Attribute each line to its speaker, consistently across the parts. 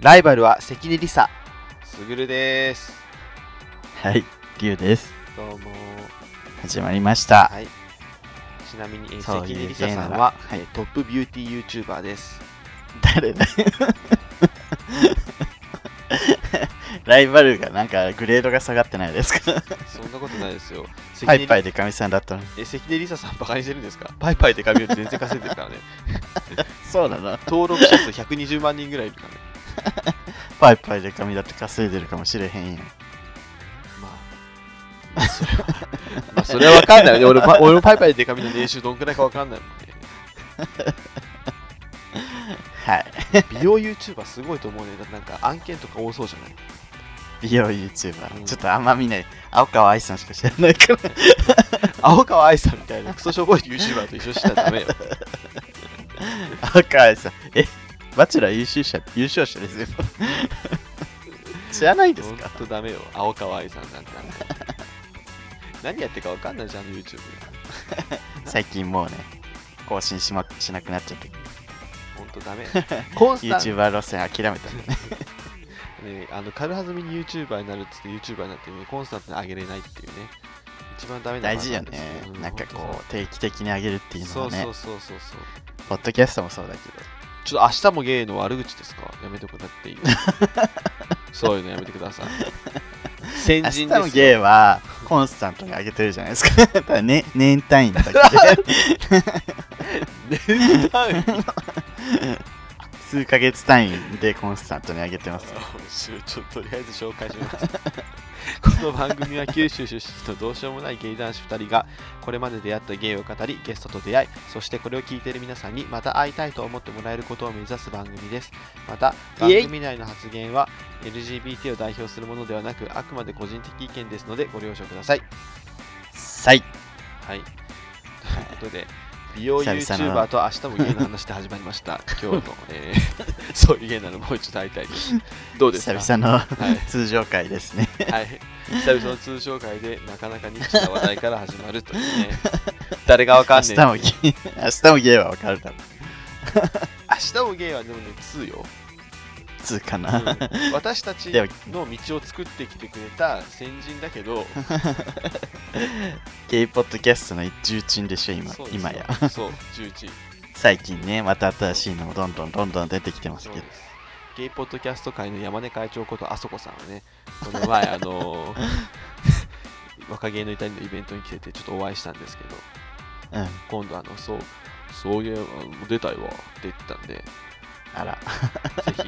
Speaker 1: ライバルは関根梨沙。
Speaker 2: すぐるです。
Speaker 3: はい、リュウです。
Speaker 2: どうも。
Speaker 3: 始まりました。
Speaker 2: はい。ちなみに、えー
Speaker 3: そう
Speaker 2: 関
Speaker 3: いう
Speaker 2: 根梨沙さ
Speaker 3: 芸
Speaker 2: ん
Speaker 3: な
Speaker 2: は
Speaker 3: ら、
Speaker 2: えートップビューティー YouTuber です。
Speaker 3: 誰だ ライバルがなんかグレードが下がってないですか
Speaker 2: そんなことないですよ。
Speaker 3: パイパイ
Speaker 2: で。
Speaker 3: でかみさんだったのに。
Speaker 2: えー、関根梨沙さんバカにしてるんですかパイパイで髪より全然稼いで るからね。
Speaker 3: そうなの
Speaker 2: 登録者数120万人ぐらいいるからね。
Speaker 3: パイパイでかみだって稼いでるかもしれへんよ。
Speaker 2: まあ、そ れは、まあ、それはわかんないよね。俺パ俺もパイパイで髪の年収どんくらいかわかんないもんね。
Speaker 3: はい。
Speaker 2: 美容 YouTuber すごいと思うね。なんか案件とか多そうじゃ ない
Speaker 3: 美容 YouTuber、
Speaker 2: うん
Speaker 3: ちょっとあんま見ない。青川愛さんしか知らないから。
Speaker 2: 青川愛さんみたいなクソしょぼい YouTuber と一緒にしたらダメよ。
Speaker 3: 青川愛さん。え、バチェラー優秀者、優勝者ですよ。知らないです
Speaker 2: ほん
Speaker 3: か
Speaker 2: とダメよ。青川愛さんなんてなんか。何やってるかわかんないじゃん、YouTube。
Speaker 3: 最近もうね、更新し,、ま、しなくなっちゃって、
Speaker 2: ほんとダメ。 コンスタント
Speaker 3: YouTuber 路線諦めた んだね。
Speaker 2: ね、あの軽はずみに YouTuber になるっつって YouTuber になってね、コンスタントに上げれないっていうね。一番ダメな
Speaker 3: 大
Speaker 2: パタ
Speaker 3: 事
Speaker 2: ー
Speaker 3: よ
Speaker 2: ンで
Speaker 3: ね
Speaker 2: すう。
Speaker 3: なんか
Speaker 2: ほ
Speaker 3: こ
Speaker 2: と
Speaker 3: う、定期的に上げるっていうの
Speaker 2: そ
Speaker 3: は
Speaker 2: う
Speaker 3: ね
Speaker 2: そう、そうそうそう。
Speaker 3: ポッドキャストもそうだけど。
Speaker 2: ちょっと明日もゲイの悪口ですかやめてくださいっていう。 そういうのやめてください。先
Speaker 3: 明日
Speaker 2: 人ですよ。
Speaker 3: のゲー はコンスタントに上げてるじゃないですか。ただね、年単位だけ で、
Speaker 2: 年単 位
Speaker 3: 数ヶ月単位でコンスタントに上げてます。
Speaker 2: ちょっととりあえず紹介します この番組は九州出身のどうしようもないゲイ男子2人がこれまで出会ったゲイを語りゲストと出会いそしてこれを聞いている皆さんにまた会いたいと思ってもらえることを目指す番組ですまた番
Speaker 3: イエイ
Speaker 2: 組内の発言は LGBT を代表するものではなくあくまで個人的意見ですのでご了承ください
Speaker 3: はい。
Speaker 2: はいということで美容
Speaker 3: 久々な
Speaker 2: YouTuber と明日もゲイの話で始まりました今日の、えー そういうゲイなのもう一度会いたいですどうですか
Speaker 3: 久々
Speaker 2: はい
Speaker 3: の通常回ですね。
Speaker 2: はい、久々の通常会でなかなかニッチな話題から始まるというね誰がわか
Speaker 3: 明
Speaker 2: ん
Speaker 3: 日
Speaker 2: ねえ
Speaker 3: もゲー、明日もゲーはわかるだろう。
Speaker 2: 明日もゲイはでもね2よ、
Speaker 3: 通か
Speaker 2: う
Speaker 3: な。
Speaker 2: ん、私たち
Speaker 3: でも
Speaker 2: の道を作ってきてくれた先人だけど
Speaker 3: ゲイポッドキャストの一重鎮でしょ、 今
Speaker 2: そうです
Speaker 3: 今や。
Speaker 2: そう11
Speaker 3: 最近ね、また新しいのもどんどんどんどん出てきてます
Speaker 2: そう
Speaker 3: け
Speaker 2: で
Speaker 3: ど
Speaker 2: す。ゲイポッドキャスト界の山根会長ことあそこさんはねこの前あ のー若芸の痛いのイベントに来ててちょっとお会いしたんですけど
Speaker 3: うん。
Speaker 2: 今度あのそうそういうあの出たいわって言ってたんでぜ
Speaker 3: あら、
Speaker 2: ひ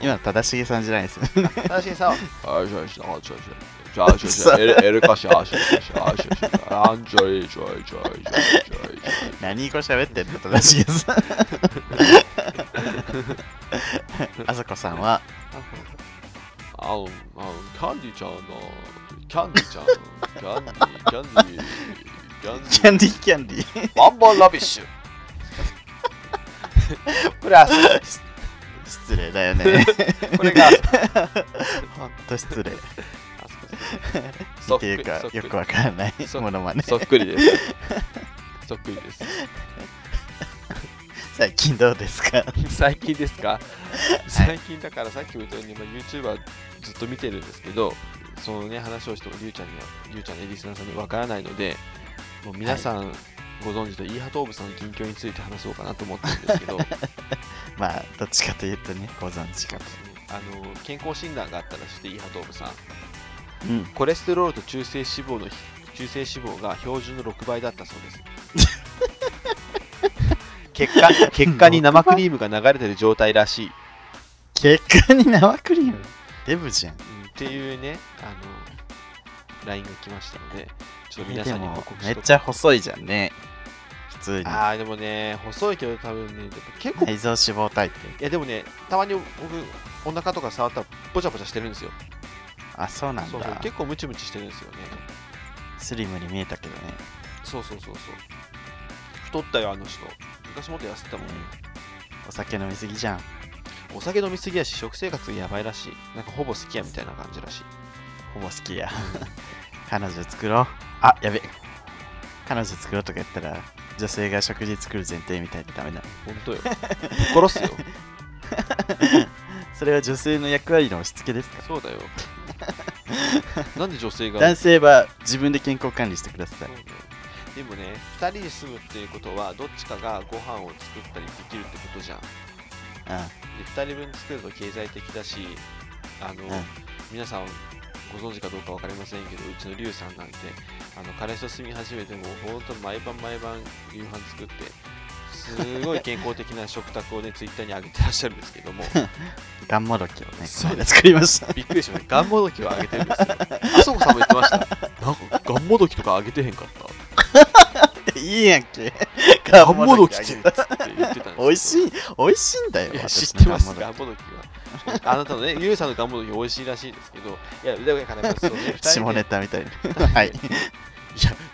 Speaker 3: 今の正しげさんじゃないですよ。
Speaker 2: 正しいさ。あいしょしょあいしょしょ。あいしょしょ。エレエレカシあいしょしょしょあいしょしょ。あんちょいちょいちょいちょいちょいちょい。
Speaker 3: 何語喋ってんの正しげさん。 あさこさんは、
Speaker 2: あんあんキャンディちゃんのキャンディちゃんキャンディキャンディキャンデ
Speaker 3: キ
Speaker 2: ィ
Speaker 3: ャンディーキャンディー。
Speaker 2: バンバンラビッシュ。これあ
Speaker 3: 失礼だよね。
Speaker 2: これが
Speaker 3: ほんと失礼。
Speaker 2: そ
Speaker 3: っていうか、よくわからない
Speaker 2: そっ
Speaker 3: ものまね。
Speaker 2: そっくりです。そっくりです。
Speaker 3: 最近どうですか
Speaker 2: 最近ですか最近だからさっきも言ったように、まあ、YouTuber ずっと見てるんですけどそのね話をしてもりゅうちゃんにはりゅうちゃんのリスナーさんにわからないのでもう皆さんご存知のイーハトーブさんの近況について話そうかなと思ってるんですけ どあ
Speaker 3: まあ、どっちかというとね、ご存知かと。
Speaker 2: の健康診断があったらしくてイーハトーブさん
Speaker 3: うん。
Speaker 2: コレステロールと中性脂肪の中性脂肪が標準の6倍だったそうです結果結果に生クリームが流れてる状態らしい
Speaker 3: 結果に生クリーム。デブじゃん。
Speaker 2: うんっていうね、あの、LINE が来ましたので、ちょっと皆
Speaker 3: で
Speaker 2: さんに報
Speaker 3: も
Speaker 2: 告、し
Speaker 3: め
Speaker 2: て
Speaker 3: っちゃ細いじゃんね。普通に。
Speaker 2: ああ、でもね、細いけど多分ね、結構、い
Speaker 3: 内臓脂肪体って。
Speaker 2: やでもね、たまに僕、お腹とか触ったら、ぽちゃぽちゃしてるんですよ。
Speaker 3: あ、そうなん
Speaker 2: そうそう
Speaker 3: だ。
Speaker 2: 結構ムチムチしてるんですよね。
Speaker 3: スリムに見えたけどね。
Speaker 2: そうそうそうそう。太ったよ、あの人。昔もっと痩せてたもんね。
Speaker 3: お酒飲みすぎじゃん。
Speaker 2: お酒飲みすぎやし、食生活がやばいらしい。なんかほぼ好きやみたいな感じらしい。
Speaker 3: ほぼ好きや。 彼女作ろう。あ、やべ。彼女作ろうとか言ったら、女性が 食事作る前提みたいでダメだ。
Speaker 2: ほんとよ。ぶっ殺すよ。
Speaker 3: それは女性の役割の押し付けですか
Speaker 2: そう だよなんで女性が
Speaker 3: 男性は自分で健康管理してください。
Speaker 2: でもね2人で住むっていうことはどっちかがご飯を作ったりできるってことじゃんで
Speaker 3: あ
Speaker 2: 2人分作ると経済的だしあの、
Speaker 3: ん
Speaker 2: 皆さんご存知かどうか分かりませんけどうちのリュウさんなんてあの彼氏と住み始めてもほんと毎晩毎晩夕飯作ってすごい健康的な食卓をねツイッターに上げてらっしゃるんですけども
Speaker 3: ガンモドキをね、
Speaker 2: そう
Speaker 3: この間作りました。
Speaker 2: びっくりしましたガンモドキを上げてるんですよあそこさんも言ってましたなんかガンモドキとか上げてへんかった
Speaker 3: いいやんけ。ガ
Speaker 2: ガンモドキ
Speaker 3: あ
Speaker 2: っ
Speaker 3: げ
Speaker 2: て言ったてたんですけど
Speaker 3: 美味しい、美味しいんだよ。
Speaker 2: いや
Speaker 3: 私
Speaker 2: 知ってます
Speaker 3: の
Speaker 2: ガ
Speaker 3: ガン
Speaker 2: ンモドキは あなたのねゆうさんのガンモドキ美味しいらしいですけどいやだからやっぱそうね
Speaker 3: モドキ下ネ
Speaker 2: 二人で
Speaker 3: タみ たいな。はい。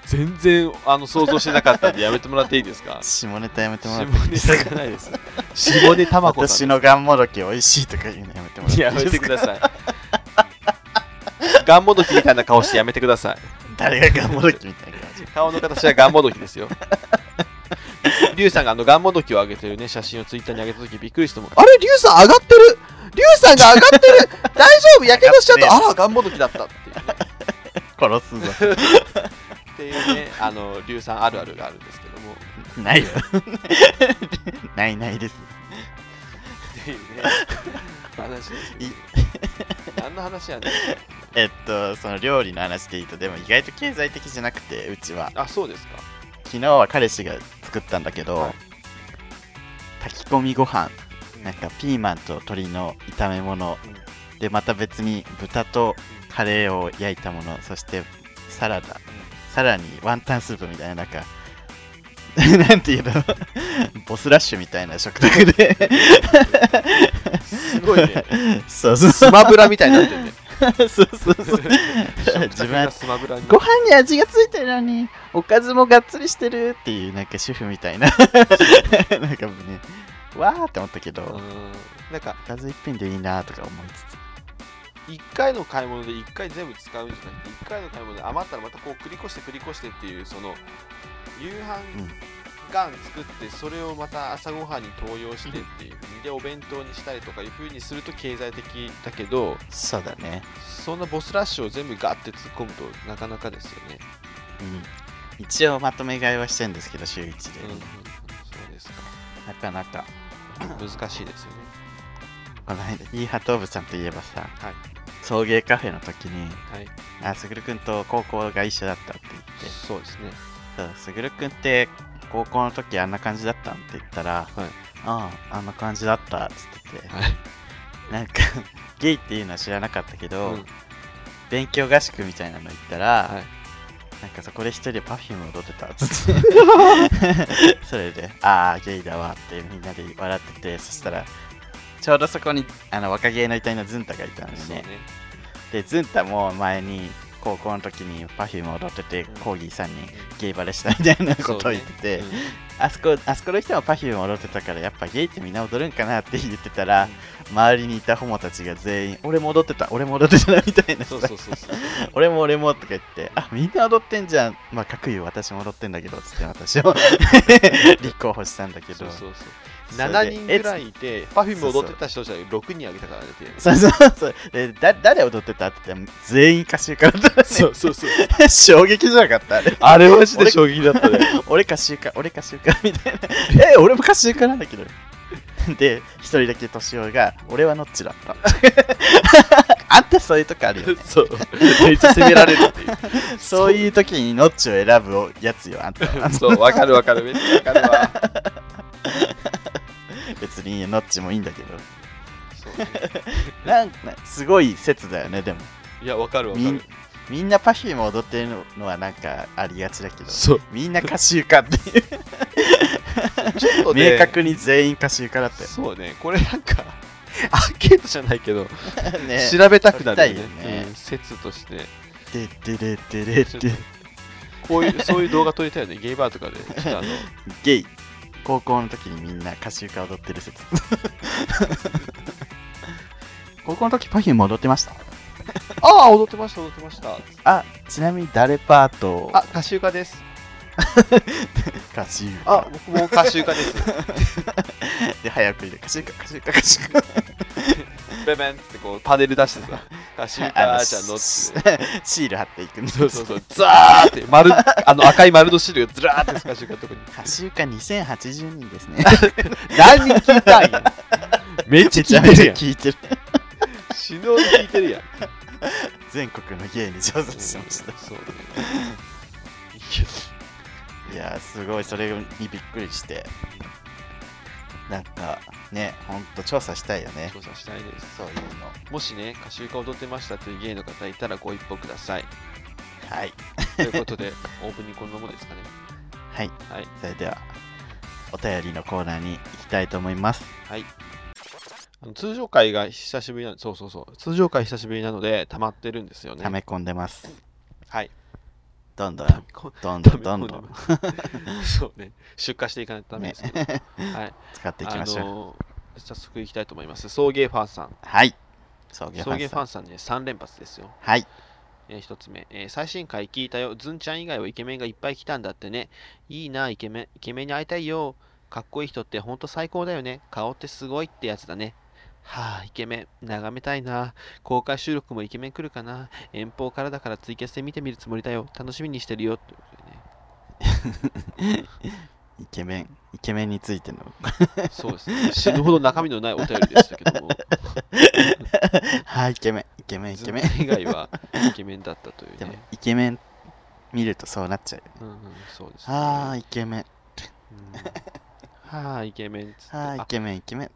Speaker 2: 全然あの想像してなかったんでやめてもらっていいですか
Speaker 3: 下ネタやめてもら
Speaker 2: 下
Speaker 3: っていいで
Speaker 2: ネ
Speaker 3: すか
Speaker 2: タがないです下ネタまこさ
Speaker 3: 私のガンモドキ美味しいとか言うのやめてもらっ
Speaker 2: ん
Speaker 3: ていい
Speaker 2: や
Speaker 3: ですか
Speaker 2: めてくださいガンモドキみたいな顔してやめてください
Speaker 3: 誰がガンモドキみたいな感じ。
Speaker 2: 顔の形はガンモドキですよリュウさんがあのガンモドキを上げてるね写真をツイッターに上げた時びっくりしてもあれリュウさん上がってるリュウさんが上がってる大丈夫やけどしちゃったあらガンモドキだったっていう
Speaker 3: 殺すぞ。
Speaker 2: っていうね、あの、硫酸あるあるがあるんですけども、っ
Speaker 3: ないよ。 ないないです。
Speaker 2: ていうね、話ですけ
Speaker 3: い
Speaker 2: ど。何の話やねん。
Speaker 3: えっと、その料理の話でいいと、でも意外と経済的じゃなくて、うちは。
Speaker 2: あ、そうですか。
Speaker 3: 昨日は彼氏が作ったんだけど、
Speaker 2: はい
Speaker 3: 炊き込みご飯
Speaker 2: うん
Speaker 3: なんかピーマンと鶏の炒め物、
Speaker 2: う
Speaker 3: でまた別に豚とカレーを焼いたものそしてサラダさらにワンタンスープみたいななんか なんていうのボスラッシュみたいな食卓 で
Speaker 2: すごいね。
Speaker 3: そうそう
Speaker 2: スマブラみたいになってるね。
Speaker 3: そうそう そう
Speaker 2: 自
Speaker 3: 自
Speaker 2: 分
Speaker 3: 分
Speaker 2: スマブラに。
Speaker 3: ご飯に味がついてるのにおかずもがっつりしてるっていうなんか主婦みたい ななんかねわーって思ったけど、
Speaker 2: うーんなんか、
Speaker 3: おかず一品でいいなとか思いつつ
Speaker 2: 一回の買い物で一回全部使うんじゃなくて、一回の買い物で余ったらまたこう繰り越して繰り越してっていう、その、夕飯
Speaker 3: うん
Speaker 2: がん作って、それをまた朝ごはんに投用してっていう、で、お弁当にしたりとかいうふうにすると経済的だけど、
Speaker 3: そうだね、
Speaker 2: そんなボスラッシュを全部ガッて突っ込むとなかなかですよね。
Speaker 3: うん、一応まとめ買いはしてんですけど週一で、
Speaker 2: そうですか。
Speaker 3: なかなか
Speaker 2: 難しいですよね。
Speaker 3: この間イーハトーブさんといえばさ、
Speaker 2: はい
Speaker 3: 送迎カフェの時に
Speaker 2: はい。
Speaker 3: 「あすぐるくんと高校が一緒だった」って言って
Speaker 2: そうですね。
Speaker 3: そう「すぐるくんって高校の時あんな感じだったん?」って言ったら「
Speaker 2: はい
Speaker 3: あああんな感じだった」っつってて、
Speaker 2: はい
Speaker 3: なんか ゲイっていうのは知らなかったけど、
Speaker 2: うん
Speaker 3: 勉強合宿みたいなの行ったら、
Speaker 2: はい
Speaker 3: なんかそこで一人でパフューム踊ってたっつって それでああゲイだわってみんなで笑っててそしたらちょうどそこにあの若芸の遺体のズンタがいたんで
Speaker 2: そう
Speaker 3: ね
Speaker 2: ね。
Speaker 3: でズンタも前に高校の時にパフューム踊ってて、
Speaker 2: うん
Speaker 3: コーギーさんにゲイバレしたみたいなことを言ってて、あそこあそこの人もパフューム踊ってたからやっぱゲイってみんな踊るんかなって言ってたら、周りにいたホモたちが全員俺も踊ってた俺も踊ってたみたいなさ
Speaker 2: そうそうそうそう。
Speaker 3: 俺も俺もとか言って、あ、みんな踊ってんじゃん。まあ、かくいう私も踊ってんだけど、つって私 も立候補したんだけ
Speaker 2: そ
Speaker 3: ど
Speaker 2: う。そうそう。
Speaker 3: それで
Speaker 2: 7人ぐら
Speaker 3: え
Speaker 2: いいて、パフィム踊ってた人たちが6人あげたからね。
Speaker 3: つそうそうそう。でだ誰踊ってたって言って全員歌手からだね。
Speaker 2: そうそう そ う。
Speaker 3: 衝撃じゃなかった。あれ
Speaker 2: あれマジで衝撃だったね。
Speaker 3: 俺歌手か、俺歌手か、みたいな。え、俺も歌手かなんだけど。で、一人だけ年老いが、俺はノッチだった。あんたそういうとこあるよね。
Speaker 2: そう。めっちゃ責められるっていう。
Speaker 3: そういう時にノッチを選ぶやつよ、あんたは。
Speaker 2: そう、わかるわかる。めっちゃわかるわ。
Speaker 3: 別にノッチもいいんだけど。
Speaker 2: そうね
Speaker 3: なんかすごい説だよねでも
Speaker 2: いや、わかるわか
Speaker 3: み
Speaker 2: る
Speaker 3: ん。みんなパフィーも踊ってるのはなんかありがちだけど
Speaker 2: そう。
Speaker 3: みんな歌手家っていう
Speaker 2: ちょっとね
Speaker 3: 明確に全員歌手家だった
Speaker 2: そうね、これなんか、アンケートじゃないけど、
Speaker 3: よね
Speaker 2: 調べたくなるよね
Speaker 3: 撮りたいよね
Speaker 2: うん説として
Speaker 3: ででででで
Speaker 2: ちょっと
Speaker 3: で
Speaker 2: こういうそういう動画撮りたいよねゲイバーとかでちょっとあの
Speaker 3: ゲイ高校の時にみんな歌手家踊ってる 説高校の時パフィーも踊ってました
Speaker 2: ああ踊ってました踊ってました
Speaker 3: あちなみに誰パート
Speaker 2: あ歌集家です
Speaker 3: 歌手
Speaker 2: あ
Speaker 3: 家
Speaker 2: 僕も歌集家です
Speaker 3: で早く入れ歌手家歌手家歌手家
Speaker 2: ベベンってこうパネル出してさ、カシューカーちゃんのっつって。
Speaker 3: シール貼っていくんです
Speaker 2: そうそうそう、ザーって丸、あの赤い丸のシールがずらーってカシューカーのとこに。
Speaker 3: カシューカ2080人ですね。
Speaker 2: 何人聞いたんやめっち ゃ
Speaker 3: めちゃ
Speaker 2: 聞い
Speaker 3: め
Speaker 2: てる
Speaker 3: ちゃ
Speaker 2: やん。
Speaker 3: 聞いてる。
Speaker 2: 死ぬほど聞いてるやん。
Speaker 3: 全国の芸に上手しました。
Speaker 2: そうね。
Speaker 3: いやーすごいそれにびっくりしてなんかねほんと調査したいよね
Speaker 2: 調査したいです。
Speaker 3: そういうの
Speaker 2: もしね、カシューカ踊ってましたという芸の方いたらご一報ください。
Speaker 3: はい
Speaker 2: ということ で、オープニングこんなもんですかね。
Speaker 3: はい
Speaker 2: はい。
Speaker 3: それではお便りのコーナーに行きたいと思います
Speaker 2: はい。あの通常回が久しぶりなそうそうそう。通常回久しぶりなので、溜まってるんですよね。
Speaker 3: 溜め込んでます
Speaker 2: はい。
Speaker 3: どんどん
Speaker 2: 溜め込ん
Speaker 3: どんど
Speaker 2: 溜
Speaker 3: ん
Speaker 2: め
Speaker 3: ど
Speaker 2: 込ん
Speaker 3: ん
Speaker 2: で
Speaker 3: どん
Speaker 2: ます そうね。出荷していかないとダメですけど。はい。
Speaker 3: 使っていきましょう、
Speaker 2: あのー早速いきたいと思います。送迎ファンさん。
Speaker 3: はい送迎フ
Speaker 2: 送
Speaker 3: ァン
Speaker 2: 迎
Speaker 3: さ
Speaker 2: フ
Speaker 3: ん
Speaker 2: ァンさんね、3連発ですよ。
Speaker 3: はい
Speaker 2: えー一つ目、えー最新回聞いたよ。ずんちゃん以外はイケメンがいっぱい来たんだってね。いいな、イケメン。イケメンに会いたいよ。かっこいい人ってほんと最高だよね。顔ってすごいってやつだね。はあ、イケメン。眺めたいな。公開収録もイケメン来るかな。遠方からだからツイキャスで見てみるつもりだよ。楽しみにしてるよ。ということでね
Speaker 3: イケメンイケメンについての
Speaker 2: そうですね。死ぬほど中身のないお便りでしたけ ども、
Speaker 3: はいイケメンイケメンイケメン
Speaker 2: ズン以外はイケメンだったという
Speaker 3: でも
Speaker 2: ね。
Speaker 3: イケメン見るとそうなっちゃうよね
Speaker 2: うんうん、そうですね。
Speaker 3: ああイケメン
Speaker 2: うんはあ、イケメンっつって。
Speaker 3: あーイ
Speaker 2: あ
Speaker 3: ケメンイケメン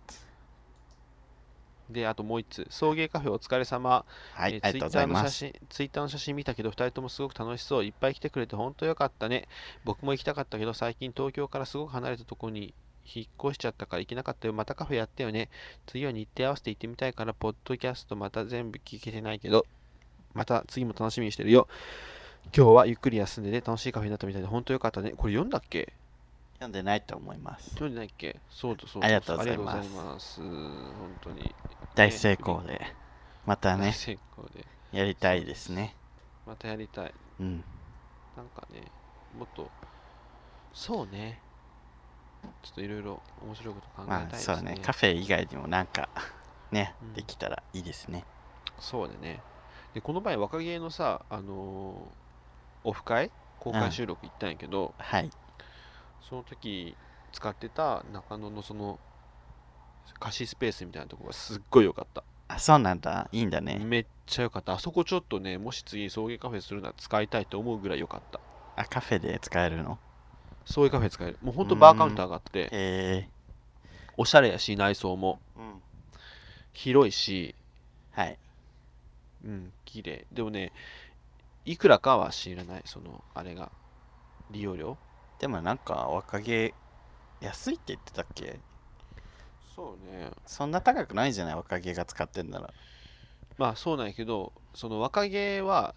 Speaker 2: で、あともう一つ、送迎カフェお疲れ様。
Speaker 3: はい、
Speaker 2: えー
Speaker 3: ありがとうございます。
Speaker 2: ツイッターの写真ツイッターの写真見たけど、2人ともすごく楽しそう。いっぱい来てくれて本当よかったね。僕も行きたかったけど、最近東京からすごく離れたとこに引っ越しちゃったから行けなかったよ。またカフェやってよね。次は日程合わせて行ってみたいから、ポッドキャストまた全部聞けてないけど、また次も楽しみにしてるよ。今日はゆっくり休んでね、楽しいカフェになったみたいで、本当よかったね。これ読んだっけ
Speaker 3: 読んでないと思います。
Speaker 2: 読んでないっけそうだそう
Speaker 3: あり
Speaker 2: だ
Speaker 3: がとうございます
Speaker 2: ありがとうございます。本当に。
Speaker 3: 大成功で、また
Speaker 2: 大
Speaker 3: ね、
Speaker 2: 成功で。
Speaker 3: やりたいですね。
Speaker 2: またやりたい。
Speaker 3: うん。
Speaker 2: なんかね、もっと、そうね。ちょっといろいろ面白いこと考えたい
Speaker 3: まあ、
Speaker 2: ですね。
Speaker 3: そうね、カフェ以外にもなんか、ね
Speaker 2: うん、
Speaker 3: できたらいいですね。
Speaker 2: そうだね。で、この前、若芸のさ、あのーオフ会公
Speaker 3: う
Speaker 2: 開
Speaker 3: ん
Speaker 2: 収録行ったんやけど、
Speaker 3: はい。
Speaker 2: その時使ってた中野のその、貸しスペースみたいなとこがすっごい良かった。
Speaker 3: あ、そうなんだ。いいんだね。
Speaker 2: めっちゃ良かった。あそこちょっとね、もし次送迎カフェするなら使いたいと思うぐらい良かった。
Speaker 3: あ、カフェで使えるの
Speaker 2: そういうカフェ使える。もうほんとバーカウンターがあって、
Speaker 3: へえ
Speaker 2: おしゃれやし、内装も
Speaker 3: うん。
Speaker 2: 広いし、
Speaker 3: はい。
Speaker 2: うん、綺麗。でもね、いくらかは知らない、その、あれが、利用料
Speaker 3: でもなんか、若気、安いって言ってたっけ
Speaker 2: そうね。
Speaker 3: そんな高くないじゃない若気が使ってんなら。
Speaker 2: まあそうなんやけど、その若気は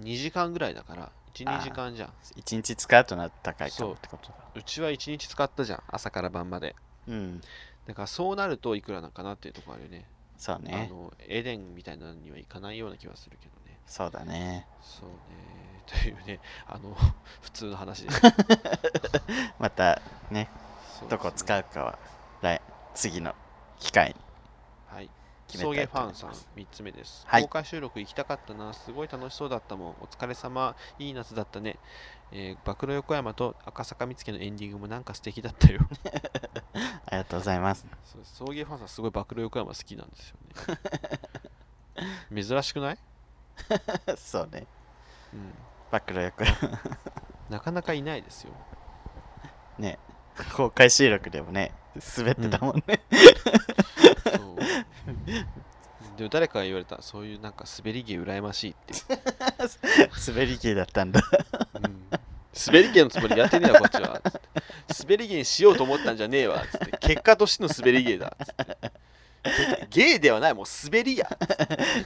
Speaker 2: 2時間ぐらいだから、1、
Speaker 3: あー
Speaker 2: 2時間じゃん。
Speaker 3: 一日使うとなったら高いか
Speaker 2: そう
Speaker 3: もってことだ。
Speaker 2: うちは1日使ったじゃん、朝から晩まで。
Speaker 3: うん。
Speaker 2: だからそうなるといくらなんかなっていうところあるよね。
Speaker 3: そう
Speaker 2: あ
Speaker 3: ね。
Speaker 2: の、エデンみたいなのにはいかないような気はするけどね。
Speaker 3: そうだね。
Speaker 2: そうね。というね、あの、 普通の話 です。
Speaker 3: また、ね、
Speaker 2: そう
Speaker 3: どこ
Speaker 2: ですね
Speaker 3: 使うかは来次の機会に
Speaker 2: はい。
Speaker 3: 決
Speaker 2: 送
Speaker 3: めた
Speaker 2: 迎
Speaker 3: い
Speaker 2: フ
Speaker 3: と思い
Speaker 2: ァン
Speaker 3: ます
Speaker 2: さん、3つ目です。
Speaker 3: はい
Speaker 2: 公開収録行きたかったな、すごい楽しそうだったもん。お疲れ様、いい夏だったね。えー、暴露横山と赤坂見附のエンディングもなんか素敵だった よ。
Speaker 3: ありがとうございます
Speaker 2: そうです送迎ファンさん、すごい暴露横山好きなんですよね。 珍しくない、
Speaker 3: そうね
Speaker 2: うん、
Speaker 3: 暴露役
Speaker 2: なかなかいないですよ。
Speaker 3: ね公開収録でもね滑ってたもんね、
Speaker 2: そうでも誰かが言われた、そういうなんか滑り芸羨ましいって。
Speaker 3: 滑り系だったんだ
Speaker 2: うん滑り芸のつもりでやってねえわ、こっちは。つって滑り芸にしようと思ったんじゃねえわ。つって結果としての滑り芸だ。つって芸ではない、もう滑りや。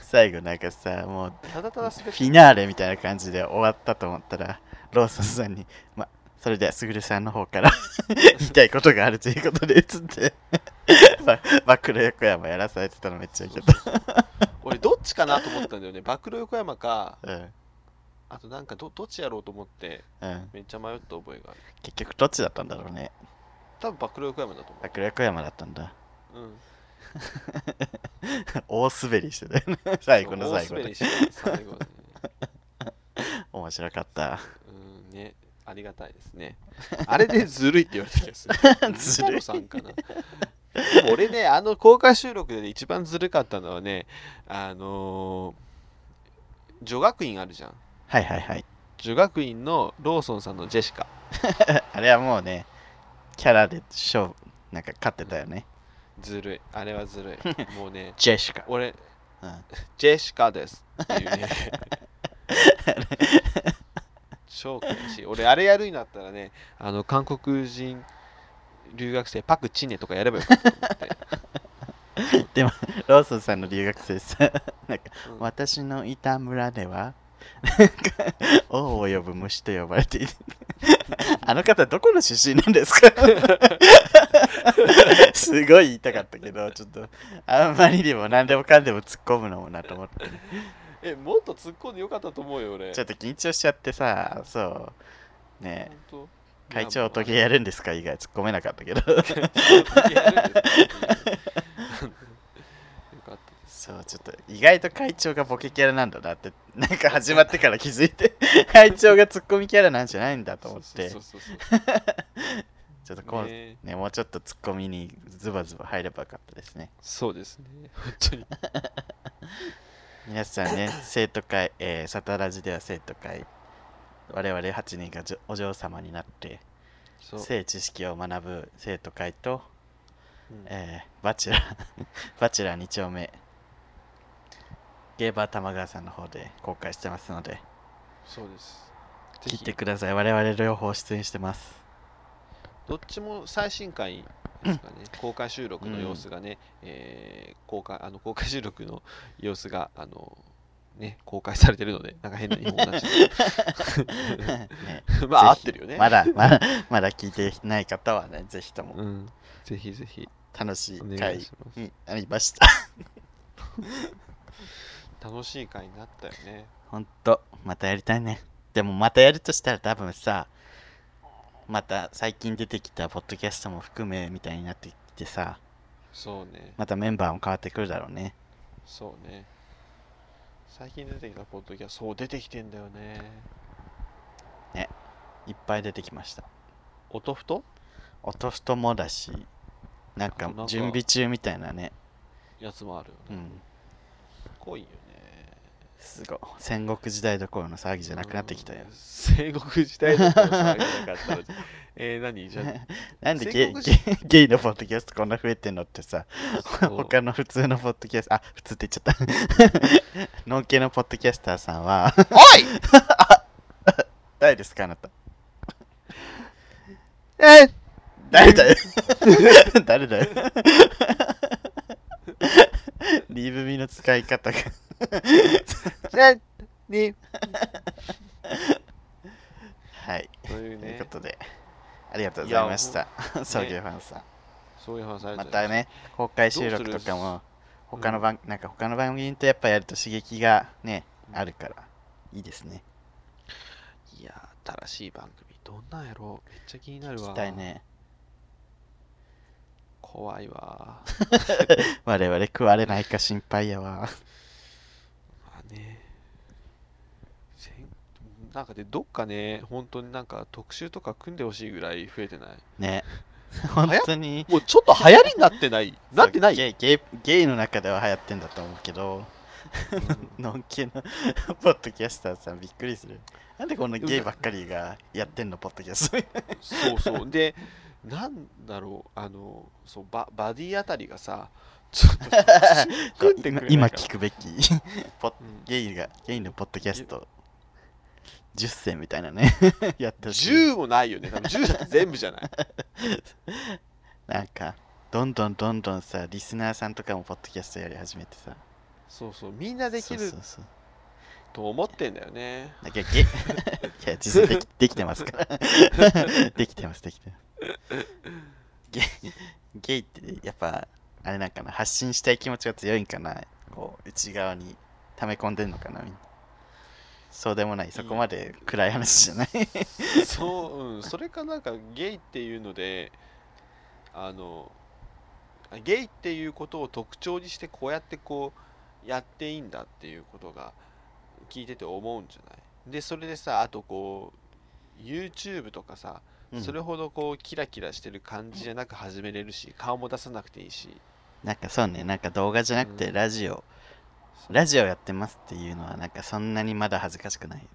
Speaker 3: 最後なんかさもう
Speaker 2: ただただ滑
Speaker 3: フ
Speaker 2: り。
Speaker 3: ィナーレみたいな感じで終わったと思ったらローソンさんにまそれではすぐるさんの方から 言いたいことがあるということでつ ってば暴露横山やらされてたのめっちゃいけた
Speaker 2: そうそうそう俺、どっちかなと思ったんだよね。暴露横山か、
Speaker 3: うん
Speaker 2: あとなんかどどっちやろうと思って、
Speaker 3: うん
Speaker 2: めっちゃ迷った覚えがある。
Speaker 3: 結局どっちだったんだろうね
Speaker 2: 多分暴露横山だと思
Speaker 3: 暴露横山だったんだ
Speaker 2: う。うん
Speaker 3: 大滑りしてたよね。最後の最後
Speaker 2: 大滑
Speaker 3: で
Speaker 2: り。して最後、ね、
Speaker 3: 面白かった。
Speaker 2: うんねありがたいですねあれでずるいって言われた気がする
Speaker 3: ずるい
Speaker 2: 水野さんかなでも俺ねあの公開収録でね一番ずるかったのはねあのー女学院あるじゃん
Speaker 3: はいはいはい。
Speaker 2: 女学院のローソンさんのジェシカ
Speaker 3: あれはもうね、キャラで勝負、なんか勝ってたよね。
Speaker 2: ずるいあれはずるいもうね
Speaker 3: ジェシカ。
Speaker 2: 俺
Speaker 3: うん、
Speaker 2: ジェシカですっていう ね超悔しい俺あれやるんだったらねあの韓国人留学生パク・チネとかやればよかったと思って
Speaker 3: ローソンさんの留学生さ、なん か、
Speaker 2: うん
Speaker 3: 私のいた村では、なんか、王を呼ぶ虫と呼ばれている。あの方、どこの出身なんですか すごい言いたかったけど、ちょっと、あんまりにも何でもかんでも突っ込むのもなと思って。
Speaker 2: えもっと突っ込んでよかったと思うよ俺
Speaker 3: ちょっと緊張しちゃってさ、そう。ね
Speaker 2: 本当
Speaker 3: 会長、トゲ
Speaker 2: いや
Speaker 3: やるんですか以外突っ込めなかったけど。
Speaker 2: まあ トゲやるんですけどよかったです
Speaker 3: そう、ちょっと意外と会長がボケキャラなんだなって、なんか始まってから気づいて、 会長がツッコミキャラなんじゃないんだと思って、
Speaker 2: そう
Speaker 3: ち
Speaker 2: そう そうそう
Speaker 3: ょっとこう、ね
Speaker 2: ね
Speaker 3: もうちょっとツッコミにズバズバ入ればよかったですね。
Speaker 2: そうですね本当に
Speaker 3: 皆さん ね、生徒会、えーサタラジでは生徒会、我々8人がじょお嬢様になって、
Speaker 2: そう、
Speaker 3: 性知識を学ぶ生徒会と、
Speaker 2: うん
Speaker 3: えーバチェラ ーバチェラー2丁目ゲーバー玉川さんの方で公開してますので
Speaker 2: そうです
Speaker 3: 聞い
Speaker 2: ぜひ
Speaker 3: てください我々両方出演して ます
Speaker 2: どっちも最新回ですかね、公開収録の様子がね、えー公開あの公開収録の様子があのね公開されてるのでなんか変な日本 語になっちゃ
Speaker 3: ね
Speaker 2: うまあ合っ
Speaker 3: ぜひ
Speaker 2: てるよね
Speaker 3: まだまだまだ聞いてない方はねぜひとも
Speaker 2: うんぜひぜひ
Speaker 3: 楽しい
Speaker 2: お願い
Speaker 3: 回
Speaker 2: します
Speaker 3: になりました
Speaker 2: 楽しい回になったよね
Speaker 3: ほんとまたやりたいねでもまたやるとしたら多分さまた最近出てきたポッドキャストも含めみたいになってきてさ
Speaker 2: そうね
Speaker 3: またメンバーも変わってくるだろうね
Speaker 2: そうね最近出てきたポッドキャストそう出てきてんだよね
Speaker 3: いっぱい出てきました
Speaker 2: 音ふと
Speaker 3: 音太もだしなん
Speaker 2: あ
Speaker 3: か
Speaker 2: となんか
Speaker 3: 準備中みたいなね
Speaker 2: やつもある
Speaker 3: う
Speaker 2: よね、
Speaker 3: ん
Speaker 2: 濃いよね
Speaker 3: すごい戦国時代どころの騒ぎじゃなくなってきたよ
Speaker 2: うん戦国時代だったら騒げなかったのにえー、何じゃ
Speaker 3: なんでゲ
Speaker 2: 戦
Speaker 3: イ
Speaker 2: 国
Speaker 3: ゲ
Speaker 2: 時
Speaker 3: イゲイのポッドキャストこんな増えてんのってさ
Speaker 2: あ
Speaker 3: 他の普通のポッドキャストあ普通って言っちゃった農系のポッドキャスターさんは
Speaker 2: おい
Speaker 3: 誰ですかあなた
Speaker 2: え
Speaker 3: 誰だよ誰だよリブミの使い方が
Speaker 2: えに
Speaker 3: はい
Speaker 2: という
Speaker 3: という
Speaker 2: ね
Speaker 3: ことで、ありがとうございました。送迎ファンさん。
Speaker 2: そういう話あり
Speaker 3: ま
Speaker 2: がとうござ
Speaker 3: た
Speaker 2: いす
Speaker 3: ね、公開収録とかも、他の番、なんか他の番組とやっぱやると刺激がね、あるから、いいですね。
Speaker 2: いやー新しい番組どんなんやろめっちゃ気になる
Speaker 3: 聞
Speaker 2: わ
Speaker 3: きたいね。
Speaker 2: 怖いわ
Speaker 3: 我々食われないか心配や わ。
Speaker 2: まあねせんなんかでどっかね本当になんか特集とか組んでほしいぐらい増えてない
Speaker 3: ね。本当に。
Speaker 2: もうちょっと流行りになってない なってない
Speaker 3: ゲイゲイゲイの中では流行ってんだと思うけど、
Speaker 2: うん
Speaker 3: のんけの ポッドキャスターさんびっくりする。なんでこんなゲイばっかりがやってんの、ポッドキャスト。
Speaker 2: そうそうでなんだろうあのそうババディあたりがさちょっと 特集組んでくれないかな
Speaker 3: 今聞くべきポッ
Speaker 2: うん
Speaker 3: ゲイがゲイのポッドキャスト10選みたいなね やってる
Speaker 2: 10もないよね多分10だって全部じゃない
Speaker 3: なんかどんどんどんどんさリスナーさんとかもポッドキャストやり始めてさ
Speaker 2: そうそうみんなできる
Speaker 3: そうそうそう
Speaker 2: と思ってんだよね
Speaker 3: だけどゲイ いや実際できできてますから できてますできてますゲイゲイってやっぱあれなんかな発信したい気持ちが強いんかなこう内側に溜め込んでんのかなみんなそうでもないそこまで暗い話じゃない
Speaker 2: そう、うん、それかなんかゲイっていうので、あの、あゲイっていうことを特徴にしてこうやってこうやっていいんだっていうことが聞いてて思うんじゃないでそれでさあとこう YouTube とかさ
Speaker 3: うん
Speaker 2: それほどこうキラキラしてる感じじゃなく始めれるし顔も出さなくていいし
Speaker 3: なんかそうね、なんか動画じゃなく
Speaker 2: う
Speaker 3: て
Speaker 2: ん
Speaker 3: ラジオ、ラジオやってますっていうのは、なんかそんなにまだ恥ずかしくない。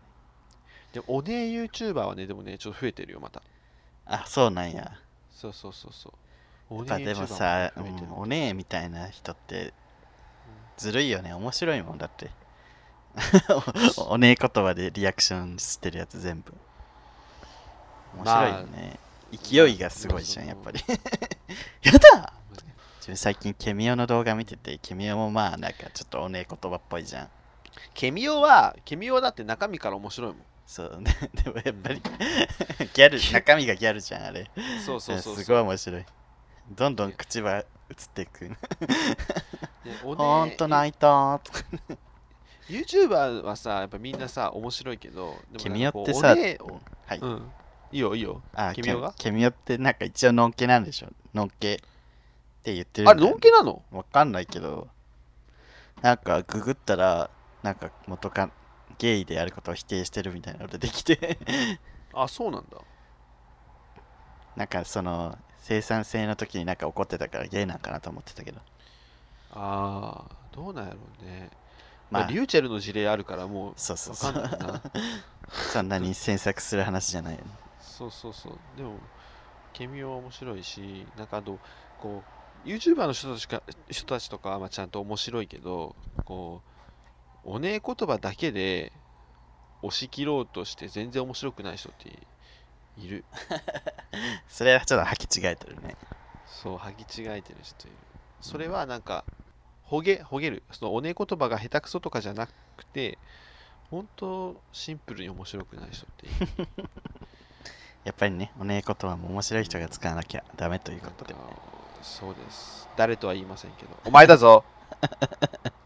Speaker 2: でもお姉 YouTuber はねでもねちょっと増えてるよまた
Speaker 3: あ、そうなんや。
Speaker 2: そうそうそうそう
Speaker 3: や
Speaker 2: お
Speaker 3: っぱでもさ、
Speaker 2: YouTuber もね増えて
Speaker 3: う
Speaker 2: る
Speaker 3: んお姉みたいな人ってずるいよね、面白いもんだ って。おお 姉言葉でリアクションしてるやつ全部。面白いよね。勢いがすごいじゃん、
Speaker 2: ま
Speaker 3: や
Speaker 2: あ
Speaker 3: っ
Speaker 2: そ
Speaker 3: ぱ
Speaker 2: の
Speaker 3: り。 や だ自分最近ケミオの動画見てて、ケミオもまあなんかちょっとお姉言葉っぽいじゃん。
Speaker 2: ケミオはケミオだって中身から面白いもん
Speaker 3: そう ね。でもやっぱりギャル、中身がギャルじゃん、あれ。
Speaker 2: そうそうそう
Speaker 3: す
Speaker 2: そ
Speaker 3: ご
Speaker 2: う
Speaker 3: い面白い。どんどん口は移っていく。
Speaker 2: ねお姉
Speaker 3: ほんと泣いたーとか。
Speaker 2: YouTuber はさやっぱみんなさ面白いけどで
Speaker 3: ケ
Speaker 2: も
Speaker 3: ミ
Speaker 2: な
Speaker 3: オ
Speaker 2: ん
Speaker 3: っ
Speaker 2: かこ
Speaker 3: て
Speaker 2: う
Speaker 3: さ、
Speaker 2: お姉
Speaker 3: うんはい。
Speaker 2: うんいいよいいよ
Speaker 3: あ、
Speaker 2: ケ
Speaker 3: ケ
Speaker 2: ミ
Speaker 3: ミ
Speaker 2: オ
Speaker 3: オ
Speaker 2: が
Speaker 3: ケミオってなんか一応のんけなんでしょのんけって言ってる
Speaker 2: あ
Speaker 3: ん
Speaker 2: れ
Speaker 3: だよ
Speaker 2: のんけなの
Speaker 3: わかんないけど、なんかググったら、なんか元カゲイであることを否定してるみたいなの出てきて、
Speaker 2: あそうなんだ
Speaker 3: なんかその生産性の時になんか怒ってたからゲイなんかなと思ってたけど。
Speaker 2: ああどうなんやろうねまあ、
Speaker 3: まあ
Speaker 2: リ、ューチェルの事例あるからも
Speaker 3: そう
Speaker 2: う
Speaker 3: そうそ
Speaker 2: わかんな
Speaker 3: う
Speaker 2: い。な
Speaker 3: そんなに詮索する話じゃないよね。
Speaker 2: そうそうそうでもケミオは面白いしなんかあとこう YouTuber の人たちか人たちとかはまあちゃんと面白いけどこうおねえ言葉だけで押し切ろうとして全然面白くない人っている
Speaker 3: それはちょっと履き違えてるね。
Speaker 2: そう履き違えてる人いるそれはなんかほげほげるそのおねえ言葉が下手くそとかじゃなくて本当シンプルに面白くない人っている
Speaker 3: やっぱりね、おねえ言葉も面白い人が使わなきゃダメということで。
Speaker 2: なんかそうです誰とは言いませんけどお前 だぞ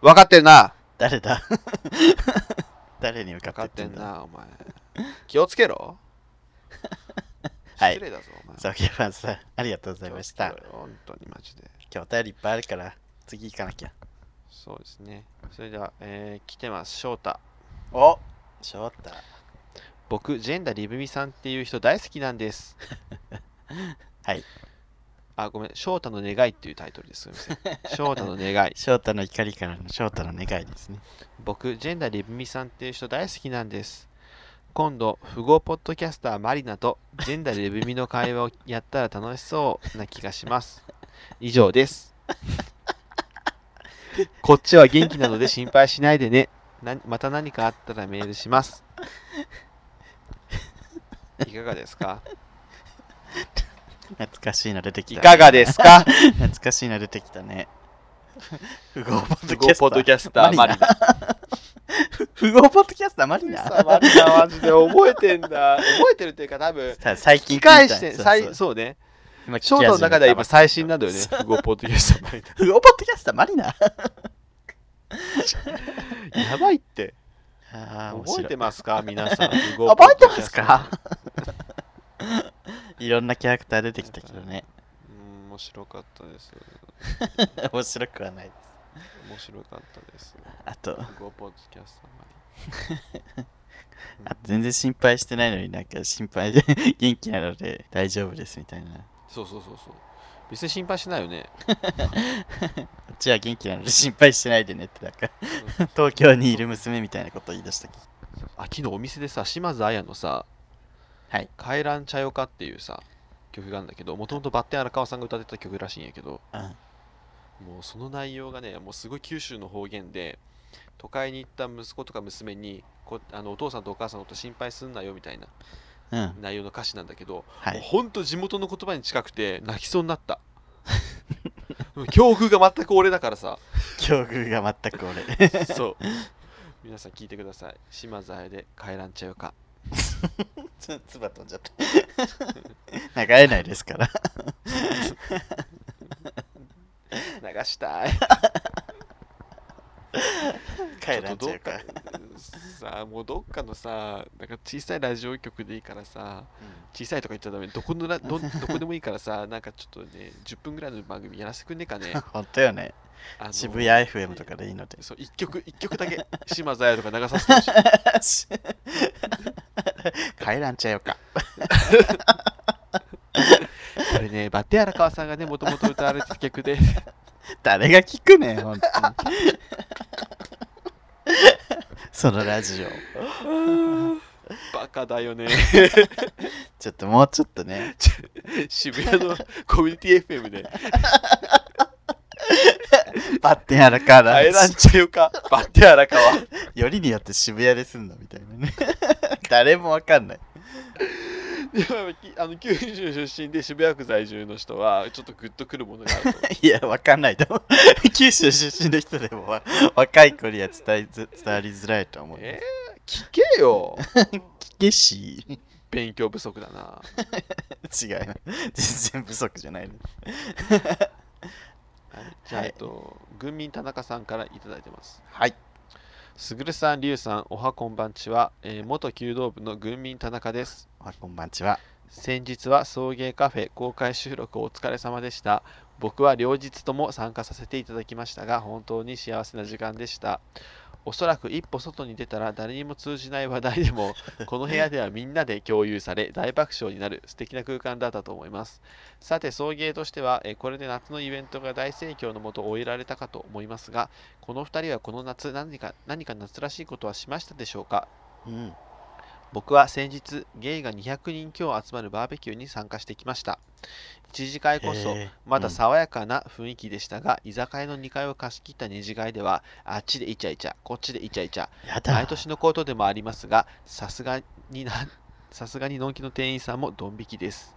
Speaker 2: 分かってんな
Speaker 3: 誰だ 誰に向か
Speaker 2: 分
Speaker 3: って言っ
Speaker 2: かって
Speaker 3: て
Speaker 2: ん
Speaker 3: んだ
Speaker 2: なお前気をつけろ
Speaker 3: はい
Speaker 2: 失礼だぞお前
Speaker 3: ザキヤマンさん、ありがとうございました
Speaker 2: 気をつ。けろよ本当にマジで
Speaker 3: 今日お便りいっぱいあるから、次行かなきゃ。
Speaker 2: そうですねそれでは、えー来てます翔太
Speaker 3: お翔太。
Speaker 2: 僕ジェンダリブミさんっていう人大好きなんです
Speaker 3: はい
Speaker 2: あごめん翔太の願いっていうタイトルですすいません翔太の願い
Speaker 3: 翔太の怒りからの翔太の願いですね。
Speaker 2: 僕ジェンダリブミさんっていう人大好きなんです今度富豪ポッドキャスターマリナとジェンダリブミの会話をやったら楽しそうな気がします以上ですこっちは元気なので心配しないでねなまた何かあったらメールしますいかがですか
Speaker 3: 懐かしいの出てき
Speaker 2: い
Speaker 3: た、
Speaker 2: かがですか
Speaker 3: 懐かしいの出てきたね。 不合ポッ
Speaker 2: 富
Speaker 3: ド
Speaker 2: 豪
Speaker 3: キャスタ
Speaker 2: ポッド
Speaker 3: ー。
Speaker 2: キャスターマ
Speaker 3: マ
Speaker 2: リ
Speaker 3: リ
Speaker 2: ナ
Speaker 3: 不合ポッドキャスターマリナ
Speaker 2: さマリナマジで覚えてんだ覚えてるっていうか多分
Speaker 3: さ最近
Speaker 2: 聞き
Speaker 3: 聞いた
Speaker 2: 返し
Speaker 3: そ
Speaker 2: て
Speaker 3: うそう
Speaker 2: 最そうね
Speaker 3: 今聞き
Speaker 2: ショートの中では
Speaker 3: 始めたばっか
Speaker 2: 今最新なんだよね。
Speaker 3: そ
Speaker 2: 不合ポッドキャストの前で
Speaker 3: 不合ポッドキャスターマリナ
Speaker 2: やばいって。
Speaker 3: あー面
Speaker 2: 覚
Speaker 3: 白
Speaker 2: え
Speaker 3: い
Speaker 2: てますか皆さん。不合
Speaker 3: 覚えてます
Speaker 2: ポッド
Speaker 3: か
Speaker 2: キャスト
Speaker 3: いろんなキャラクター出てきたけどね。
Speaker 2: うん面白かったです。
Speaker 3: 面白くはない。
Speaker 2: 面白かったです。
Speaker 3: あと、
Speaker 2: 不合ポッドキャストの前で
Speaker 3: あ全然心配してないのになんか心配で 元気なので大丈夫ですみたいな。
Speaker 2: そうそうそうそう。別に心配しないよ ね。
Speaker 3: こっちは元気なので心配してないでねってなんか
Speaker 2: そうそうそう
Speaker 3: 東京にいる娘みたいなこと言い出したけど。
Speaker 2: あ昨日お店でさ、島津綾のさ、
Speaker 3: はい。
Speaker 2: 回覧茶よかっていうさ、曲があるんだけど、もともとバッテン荒川さんが歌ってた曲らしいんやけど、
Speaker 3: うん
Speaker 2: もうその内容がねもうすごい九州の方言で都会に行った息子とか娘にこあのお父さんとお母さんのこと心配すんなよみたいな
Speaker 3: うん。
Speaker 2: 内容の歌詞なんだけど、
Speaker 3: は
Speaker 2: もう
Speaker 3: い。
Speaker 2: ほんと地元の言葉に近くて泣きそうになった 強風が全く俺だから さ
Speaker 3: 境遇が全く俺。
Speaker 2: そう皆さん聞いてください島津綾で帰らんちゃうか
Speaker 3: つつば飛んじゃった。 流れないですから。
Speaker 2: 流したい
Speaker 3: 帰らんちゃうか
Speaker 2: ちょっとどっかささもうどっかのさなんか小さいラジオ局でいいからさ小さいとか言っちゃダメどこのラどどこでもいいからさ なんかちょっとね10分ぐらいの番組やらせてくんねえか ね
Speaker 3: 本当よね。
Speaker 2: あの
Speaker 3: 渋谷 FM とかでいいので。
Speaker 2: そう一曲一曲だけ島津亜矢とか流させて ほしい
Speaker 3: 帰らんちゃよか。
Speaker 2: これねバテ荒川さんがねもともと歌われてた 曲で
Speaker 3: 誰が聞くねん、本当に。 そのラジオ。
Speaker 2: バカだよね
Speaker 3: ちょっともうちょっとね。
Speaker 2: 渋谷のコミュニティ FM で
Speaker 3: バッテンやらか
Speaker 2: 「
Speaker 3: ら
Speaker 2: 帰らんちゃよかバテ荒川」
Speaker 3: よりによって渋谷ですんのみたいなね。誰もわかんない。
Speaker 2: でもきあの九州出身で渋谷区在住の人はちょっとグッとくるものがある と思う
Speaker 3: いや、わかんないと思う。 九州出身の人でもわ若い子には伝えず伝わりづらいと思う。
Speaker 2: えー聞けよ
Speaker 3: 聞けし。
Speaker 2: 勉強不足だな
Speaker 3: 違うな。全然不足じゃないの。
Speaker 2: じゃあ、
Speaker 3: はい
Speaker 2: えっと軍民田中さんからいただいてます
Speaker 3: はい。
Speaker 2: すぐるさんりゅうさんおはこんばんちは、えー元弓道部の軍民田中です
Speaker 3: あこんばんちは。
Speaker 2: 先日は送迎カフェ公開収録お疲れ様でした僕は両日とも参加させていただきましたが本当に幸せな時間でしたおそらく一歩外に出たら誰にも通じない話題でもこの部屋ではみんなで共有され大爆笑になる素敵な空間だったと思いますさて送迎としてはえーこれで夏のイベントが大盛況のもと終えられたかと思いますがこの2人はこの夏何か何か夏らしいことはしましたでしょうか
Speaker 3: うん。
Speaker 2: 僕は先日ゲイが200人強集まるバーベキューに参加してきました一次会こそ
Speaker 3: へえ
Speaker 2: まだ
Speaker 3: うん
Speaker 2: 爽やかな雰囲気でしたが、居酒屋の2階を貸し切った二次会ではあっちでイチャイチャこっちでイチャイチャ
Speaker 3: やだ。
Speaker 2: 毎年のことでもありますがさすがにな さすがにのんきの店員さんもドン引きです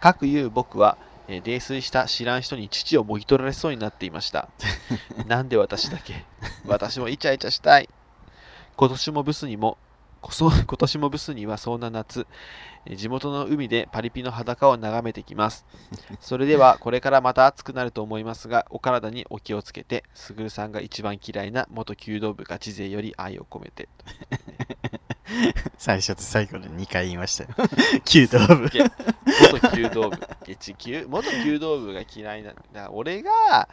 Speaker 2: かくいう僕は、えー泥酔した知らん人に乳をもぎ取られそうになっていましたなんで私だけ私もイチャイチャしたい今年もブスにもこそ 今年もブスにはそんな夏えー地元の海でパリピの裸を眺めてきますそれではこれからまた暑くなると思いますがお体にお気をつけてすぐるさんが一番嫌いな元弓道部ガチ勢より愛を込めて
Speaker 3: 最初と最後で2回言いましたよ。 弓道部。
Speaker 2: ゲ元弓道部ゲチ級元弓道部が嫌いなんだ俺が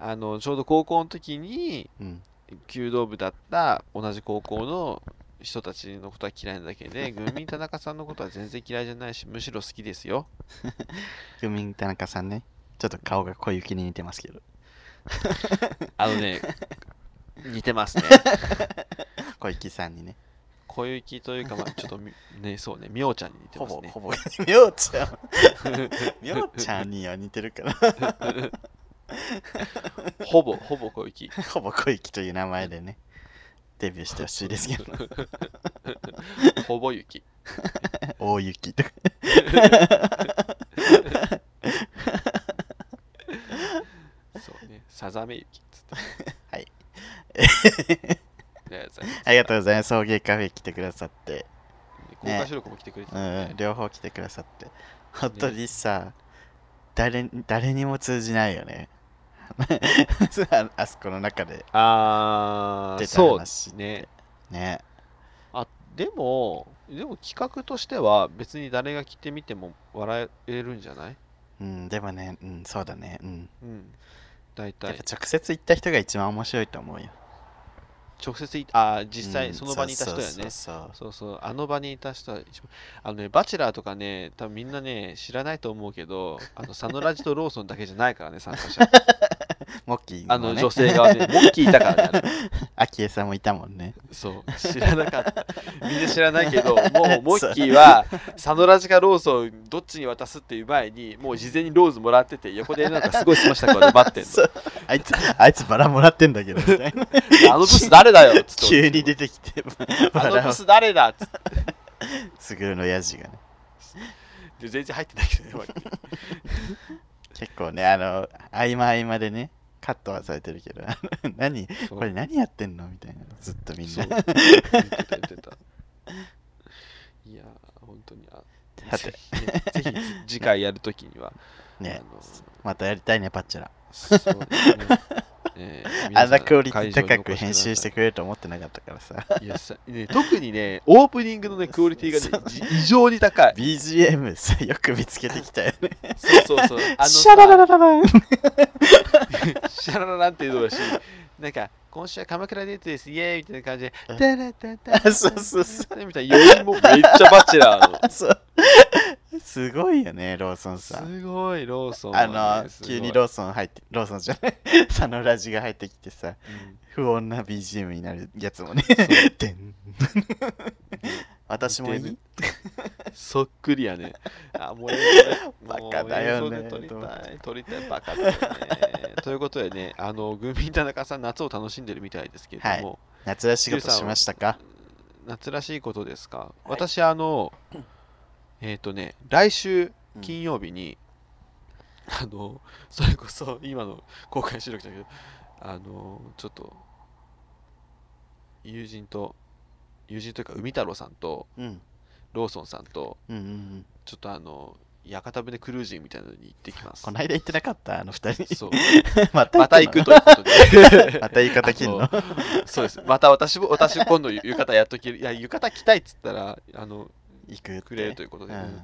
Speaker 2: あのちょうど高校の時に
Speaker 3: うんうん。
Speaker 2: 弓道部だった同じ高校の人たちのことは嫌いなだ けで軍民田中さんのことは全然嫌いじゃないしむしろ好きですよ
Speaker 3: ユミン田中さんね。ちょっと顔が小雪に似てますけど。
Speaker 2: あのね 似てますね
Speaker 3: 小雪さんにね。
Speaker 2: 小雪という かまあちょっとみねそうねみょうちゃんに似てますね
Speaker 3: ほ ぼ。みょうち ゃん。みょうちゃんには似てるから。
Speaker 2: ほぼほぼ小雪
Speaker 3: ほぼ小雪という名前でね。デビューしてほしいです けど。
Speaker 2: ほぼ雪
Speaker 3: 大雪とか。
Speaker 2: そうねさざめ雪っ つって
Speaker 3: はい
Speaker 2: ねざいます
Speaker 3: ありがとうございます。送迎カフェ来てくださって。
Speaker 2: 公開収録も来てくれて
Speaker 3: う
Speaker 2: たね
Speaker 3: ん、両方来てくださって。本当にさ、誰誰にも通じないよね。 ああそこの中で
Speaker 2: あー
Speaker 3: 出た
Speaker 2: そう
Speaker 3: 話って
Speaker 2: ね
Speaker 3: ね。
Speaker 2: あでもでも企画としては別に誰が来てみても笑えるんじゃない
Speaker 3: うん、でもね、うん、そうだね。うん。
Speaker 2: うん大
Speaker 3: やっ
Speaker 2: 体
Speaker 3: ぱ直接行った人が一番面白いと思うよ。
Speaker 2: 直接いあー実
Speaker 3: うん
Speaker 2: 際その場にいた人
Speaker 3: そ
Speaker 2: や
Speaker 3: うそ
Speaker 2: ね
Speaker 3: うそう
Speaker 2: そうそうあの場にいた人は一番あのねバチェラーとかね多分みんなね知らないと思うけどあのサノラジとローソンだけじゃないからね参 加者
Speaker 3: モッキー
Speaker 2: あ
Speaker 3: も
Speaker 2: の
Speaker 3: ね
Speaker 2: 女性側で、ね、モッキーいたからねあれ
Speaker 3: アキエさんもいたもん ね。
Speaker 2: そう、知らなかった。みんな知らない けど、もうモッキーは、サノラジかローソン、どっちに渡すっていう前に、もう事前にローズもらってて、横でなんかすごいしましたから、待ってん
Speaker 3: そうあいつ、あいつバラもらってんだけど、み たい な。
Speaker 2: の。あのブス誰だよっつって。
Speaker 3: 急に出てきて、
Speaker 2: あ
Speaker 3: バ
Speaker 2: の
Speaker 3: ラ
Speaker 2: ブ
Speaker 3: を、
Speaker 2: ス誰だっつって。
Speaker 3: すぐるのやじがね。
Speaker 2: で全然入ってないけどね、 マッキー
Speaker 3: 結構ね、あの、合間合間でね、カットはされてるけど、あの何、これ何やってんのみたいな、ずっとみん
Speaker 2: そう
Speaker 3: な。
Speaker 2: 言ってた言ってた。いやー、本当に。あ
Speaker 3: だって
Speaker 2: ぜひね ぜひ次回やるときには、
Speaker 3: ね
Speaker 2: あ、の
Speaker 3: またやりたいね、パッチャラ。
Speaker 2: そうですねえー
Speaker 3: あんなクオリティ高く編集して
Speaker 2: く
Speaker 3: くれると思ってなかったからさ。
Speaker 2: いやさ、ね、特にね、オープニングのね、クオリティがね、じ異常に高い。
Speaker 3: BGM さ、よく見つけてきたよね。
Speaker 2: そうそうそう。あのさ
Speaker 3: シャラララララン
Speaker 2: シャララランっていうのだし、なんか、今週は鎌倉デートです、イエーイみたいな感じで、タラタタ
Speaker 3: あそうそうそ
Speaker 2: みたいな余韻もめっちゃバチェラーの。
Speaker 3: そう。すごいよね、ローソンさん。
Speaker 2: すごい、ローソンはね、
Speaker 3: あの、
Speaker 2: すごい
Speaker 3: 急にローソン入って、ローソンじゃない、サノラジが入ってきてさ、不穏な BGM になるやつもね。でん私もい
Speaker 2: 似て
Speaker 3: い
Speaker 2: るうんそっくりやね。あ、もう映像で、
Speaker 3: バカだよね
Speaker 2: もう映像で撮りたい、撮りたい、バカだよね。ということでね、あの、軍民田中さん、夏を楽しんでるみたいですけれども、
Speaker 3: 夏らしいことしましたか
Speaker 2: 夏らしいことですか、
Speaker 3: い
Speaker 2: 私あのえっ、とね来週金曜日に、あのそれこそ今の公開収録じゃないけどあのちょっと友人と友人というか海太郎さんと
Speaker 3: うん。
Speaker 2: ローソンさんと
Speaker 3: うんうんうん。
Speaker 2: ちょっとあの屋形船クルージングみたいなのに行ってきます
Speaker 3: この間言ってなかったあの二人。
Speaker 2: そう
Speaker 3: また
Speaker 2: また行く
Speaker 3: の
Speaker 2: ということで
Speaker 3: また言い方切んの
Speaker 2: あのそうですまた私も私今度浴衣やっときいや浴衣着たいっつったらあの
Speaker 3: 行くって
Speaker 2: くれるということで、
Speaker 3: うん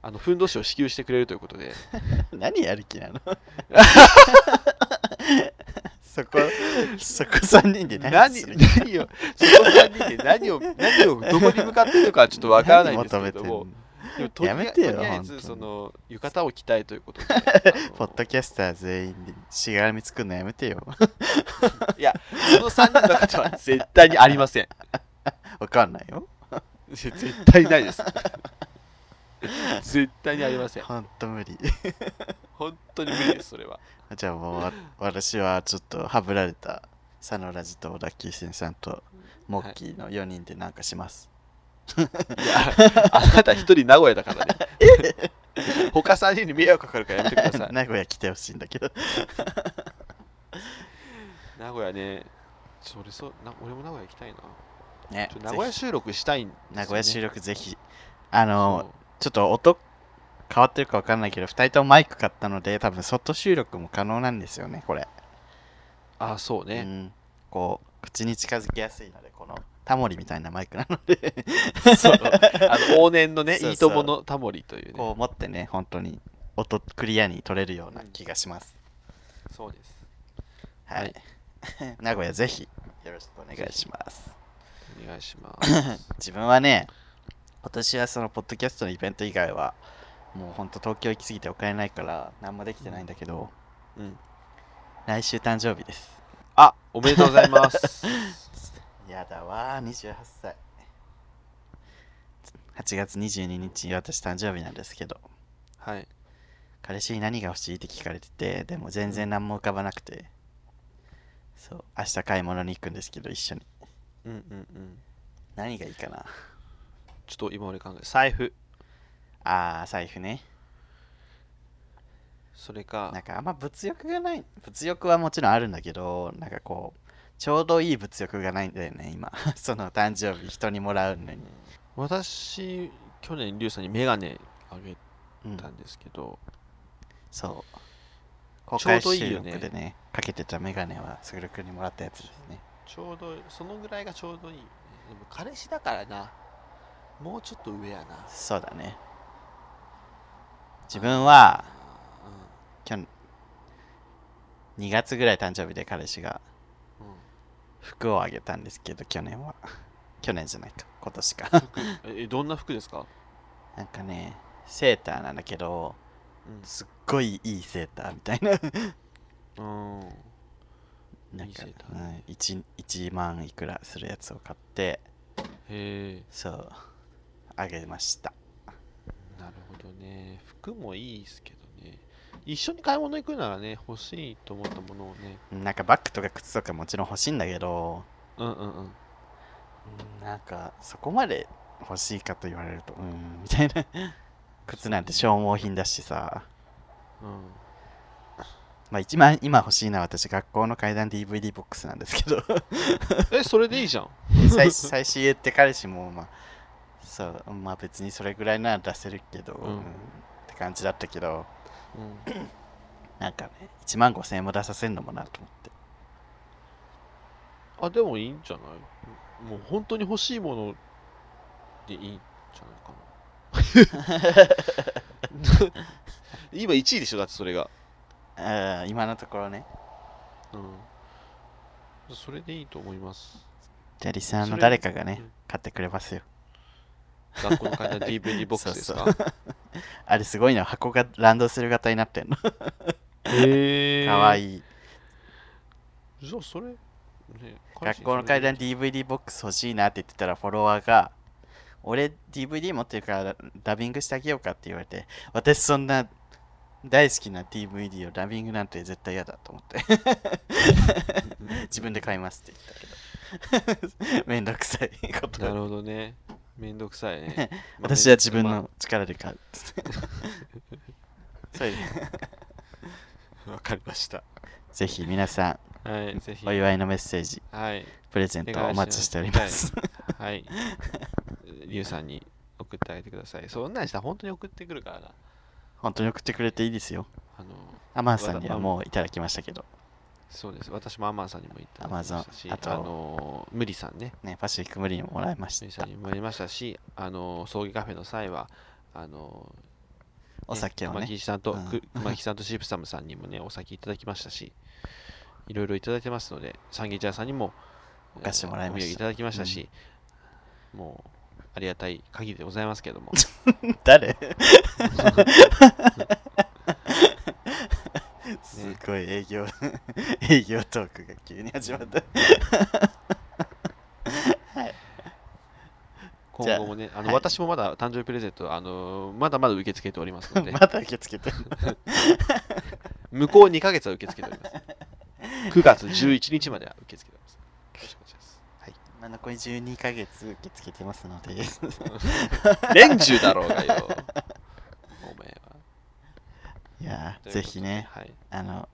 Speaker 2: あのふんどしを支給してくれるということで、
Speaker 3: 何やる気 なのそこ、そこ3人で何
Speaker 2: 何
Speaker 3: する
Speaker 2: 何を、そこ3人で何を、何をどこに向かっているのかはちょっとわからないんですけれ ども、でもとりあ
Speaker 3: やめてよ
Speaker 2: とりあえ
Speaker 3: 本当
Speaker 2: ず、
Speaker 3: に
Speaker 2: その、浴衣を着たいということで、
Speaker 3: ポッドキャスター全員でしがらみ作るのやめてよ。
Speaker 2: あのいや、その3人の方は絶対にありません。
Speaker 3: わかんないよ。
Speaker 2: 絶対な いです。絶対にありません。
Speaker 3: ほんと無理。
Speaker 2: 本当に無理です、それは。
Speaker 3: じゃあもうわ私はちょっとハブられたサノラジとラッキー先さんとモッキーの4人でなんかします。
Speaker 2: いや、あなた一人名古屋だか らね。他3人に迷惑かかるからやめてくださ い。
Speaker 3: 名古屋来てほしいんだけど。
Speaker 2: 名古屋ね、それそうな俺も名古屋行きたいな。
Speaker 3: ね
Speaker 2: ちょ名古屋
Speaker 3: ぜ
Speaker 2: 収録したいんですよ
Speaker 3: ひ
Speaker 2: ね
Speaker 3: 名古屋収録ぜひ。あの、ちょ
Speaker 2: そ
Speaker 3: っと音変わってるかわかんないけど、2人ともマイク買ったので、多分外収録も可能なんですよね、これ。
Speaker 2: うあそう
Speaker 3: う
Speaker 2: ね、
Speaker 3: ん、こう、口に近づきやすいので、このタモリみたいなマイクなので、
Speaker 2: そうあの往年のね
Speaker 3: そうそう
Speaker 2: いいとものタモリという
Speaker 3: こ
Speaker 2: ね
Speaker 3: う持ってね、本当に音クリアに取れるような気がします。
Speaker 2: そうです
Speaker 3: はい。
Speaker 2: はい
Speaker 3: 名古屋ぜひ、よろしくお願いします。
Speaker 2: お願いします
Speaker 3: 自分はね、今年はそのポッドキャストのイベント以外は、もう本当東京行きすぎてお金ないから、何もできてないんだけど、
Speaker 2: うん
Speaker 3: 来週誕生日です。
Speaker 2: あおめでとうございます
Speaker 3: やだわー、28歳。8月22日、私誕生日なんですけど、
Speaker 2: はい
Speaker 3: 彼氏に何が欲しいって聞かれてて、でも全然何も浮かばなくて、そう、明日買い物に行くんですけど、一緒に。
Speaker 2: うんうんうん
Speaker 3: 何がいいかな。
Speaker 2: ちょっと今俺考え財布
Speaker 3: あー、財布ね。
Speaker 2: それか
Speaker 3: なんかあんま物欲がない。物欲はもちろんあるんだけど、なんかこう、ちょうどいい物欲がないんだよね、今。 その誕生日、人にもらうのに。
Speaker 2: 私去年リュウさんにメガネあげ
Speaker 3: うん
Speaker 2: たんですけど、
Speaker 3: そう。公
Speaker 2: ちょう
Speaker 3: 開
Speaker 2: どいい
Speaker 3: 収
Speaker 2: よ
Speaker 3: 録
Speaker 2: ね
Speaker 3: でね、かけてたメガネは、すぐるくんにもらったやつですね。
Speaker 2: ちょうどそのぐらいがちょうどいいよねでも彼氏だからなもうちょっと上やな
Speaker 3: そうだね。自分は、
Speaker 2: あ
Speaker 3: 去年、2月ぐらい誕生日で彼氏が
Speaker 2: ーうんうん
Speaker 3: 服をあげたんですけど、去年は。去年じゃないか、今年 か。
Speaker 2: えどんな服ですか、
Speaker 3: なんかね、セーターなんだけど、
Speaker 2: うん
Speaker 3: すっごいいいセーターみたいな。
Speaker 2: うん。
Speaker 3: なんか
Speaker 2: いいセータ、
Speaker 3: う
Speaker 2: ー
Speaker 3: ん、1, 1万いくらするやつを買って、
Speaker 2: へえ、
Speaker 3: そう、あげました。
Speaker 2: なるほどね。服もいいですけどね。一緒に買い物行くならね、欲しいと思ったものをね。
Speaker 3: なんかバッグとか靴とかもちろん欲しいんだけど、
Speaker 2: うんうんうん。
Speaker 3: うんなんかそこまで欲しいかと言われると、うん、みたいな。 靴なんて消耗品だしさ。
Speaker 2: うん、
Speaker 3: まあ一番今欲しいのは私学校の階段 DVD ボックスなんですけ ど
Speaker 2: え、それでいいじゃん。
Speaker 3: 最最初言って彼氏もまあそうまあ別にそれぐらいなら出せるけど、
Speaker 2: うん
Speaker 3: うんって感じだったけど
Speaker 2: うん、
Speaker 3: なんかね1万5000円も出させるのもなと思って
Speaker 2: あ、でもいいんじゃないもう本当に欲しいものでいいんじゃないかな。 今1位でしょ、だってそれが。
Speaker 3: あー今のところね。
Speaker 2: うん。それでいいと思います。
Speaker 3: じゃあ、リスナー
Speaker 2: そ
Speaker 3: の
Speaker 2: れ
Speaker 3: 誰かがね
Speaker 2: うん、
Speaker 3: 買ってくれますよ。
Speaker 2: 学校の会社 DVD ボックスですか
Speaker 3: そうあれすごいな、箱がランドセル型になってんの。
Speaker 2: へ
Speaker 3: かわい
Speaker 2: い。
Speaker 3: い。
Speaker 2: じゃあそれ、ね、
Speaker 3: 学校の階段
Speaker 2: で
Speaker 3: DVD ボックス欲しいなって言ってたらフォロワーが俺 DVD 持ってるからラダビングしてあげようかって言われて私そんな大好きな DVD をダビングなんて絶対嫌だと思って 自分で買いますって言ったけど めんどくさいこと
Speaker 2: なるほどね。めんどくさいね。ま あ
Speaker 3: 私は自分。
Speaker 2: めん
Speaker 3: の力で買うっ つって
Speaker 2: そうですねわかりました。
Speaker 3: ぜひ皆さん
Speaker 2: はい、ぜひ。
Speaker 3: お祝いのメッセージ
Speaker 2: はい、
Speaker 3: プレゼントお待ちしております
Speaker 2: はい。リュウさんに送ってあげてください。そんなんしたら本当に送ってくるからな。
Speaker 3: 本当に送ってくれていいですよ
Speaker 2: あの、
Speaker 3: アマンさんにはもういただきましたけど
Speaker 2: そうです。私もアマンさんにも言っただきましたし、
Speaker 3: アマゾンあと
Speaker 2: あの、無理さんね。
Speaker 3: ねパシフィック無理にももらいまし
Speaker 2: 無理さ
Speaker 3: た
Speaker 2: んにも言いましたし、あの、葬儀カフェの際は、あの、
Speaker 3: お酒を
Speaker 2: 熊
Speaker 3: ね
Speaker 2: 木さんと、
Speaker 3: うん
Speaker 2: く熊木さんとシープサムさんにもね、お酒いただきましたし、いろいろいただいてますので、サンギジャーさんにも、
Speaker 3: お菓子もらいました
Speaker 2: お土産いただきましたし、もう、ありがたい限りでございますけれども、
Speaker 3: 誰すごい営業 営業トークが急に始まったじゃあ
Speaker 2: 今後もね、あの、
Speaker 3: はい
Speaker 2: 私もまだ誕生日プレゼント、あの、まだまだ受け付けておりますので
Speaker 3: ま、だ受け付けてる
Speaker 2: 向こう2ヶ月は受け付けており ます。9月11日までは受け付けております。よろしくお願いします。
Speaker 3: まあ残り12ヶ月受け付けてますので
Speaker 2: 連 中だろうがよ。お前は。
Speaker 3: いやー
Speaker 2: ということで
Speaker 3: ぜひね
Speaker 2: はい。
Speaker 3: あの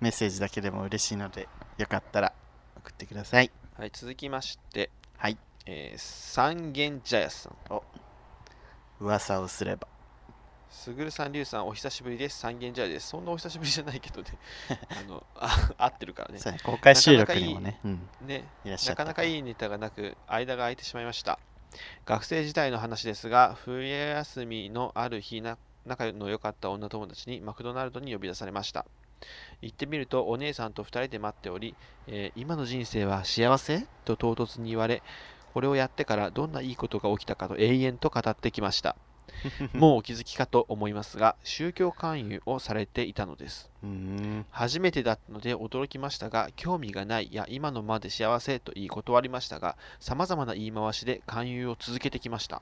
Speaker 3: メッセージだけでも嬉しいのでよかったら送ってください
Speaker 2: はい、続きまして、
Speaker 3: はい
Speaker 2: えー、三軒茶屋さん。
Speaker 3: 噂をすれば
Speaker 2: すぐるさん、りゅうさん、お久しぶりです。三軒茶屋です。そんなお久しぶりじゃないけ どね。あの、あ合ってるからね。
Speaker 3: そうね公開収録にもねうん
Speaker 2: ね、
Speaker 3: いらっしゃ
Speaker 2: な
Speaker 3: った
Speaker 2: かなかいいネタがなく、間が空いてしまいました。学生時代の話ですが、冬休みのある日な、仲の良かった女友達にマクドナルドに呼び出されました。行ってみると、お姉さんと2人で待っており、えー今の人生は幸せと唐突に言われ、これをやってからどんないいことが起きたかと永遠と語ってきました。 もうお気づきかと思いますが、宗教勧誘をされていたのです。
Speaker 3: うーん
Speaker 2: 初めてだったので驚きましたが興味がないいや今のままで幸せと言い断りましたがさまざまな言い回しで勧誘を続けてきました、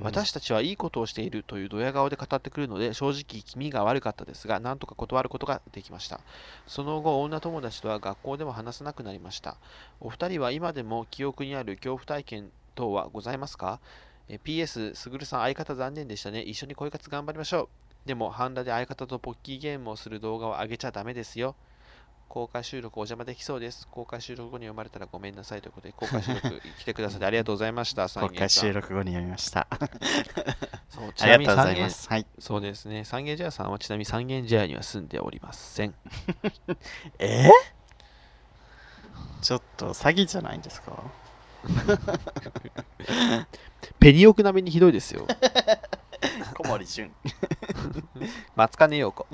Speaker 2: 私たちはいいことをしているというドヤ顔で語ってくるので正直気味が悪かったですがなんとか断ることができましたその後女友達とは学校でも話さなくなりましたお二人は今でも記憶にある恐怖体験等はございますかえ PS すぐるさん相方残念でしたね一緒に恋活頑張りましょうでも、ハンダで相方とポッキーゲームをする動画を上げちゃダメですよ。公開収録お邪魔できそうです。公開収録後に読まれたらごめんなさいということで、公開収録来てくださってありがとうございました。
Speaker 3: 公
Speaker 2: 三軒
Speaker 3: 開
Speaker 2: 茶
Speaker 3: 収
Speaker 2: 屋
Speaker 3: 録後に読みました
Speaker 2: そうち
Speaker 3: あ
Speaker 2: なみ
Speaker 3: り
Speaker 2: に
Speaker 3: がとうございま
Speaker 2: 三軒
Speaker 3: すはい
Speaker 2: そうですね。三軒茶屋さんはちなみに三軒茶屋には住んでおりません。
Speaker 3: えちょっと詐欺じゃないんですか
Speaker 2: ペニオク並みにひどいで すよ。
Speaker 3: 小森純
Speaker 2: 松金陽子。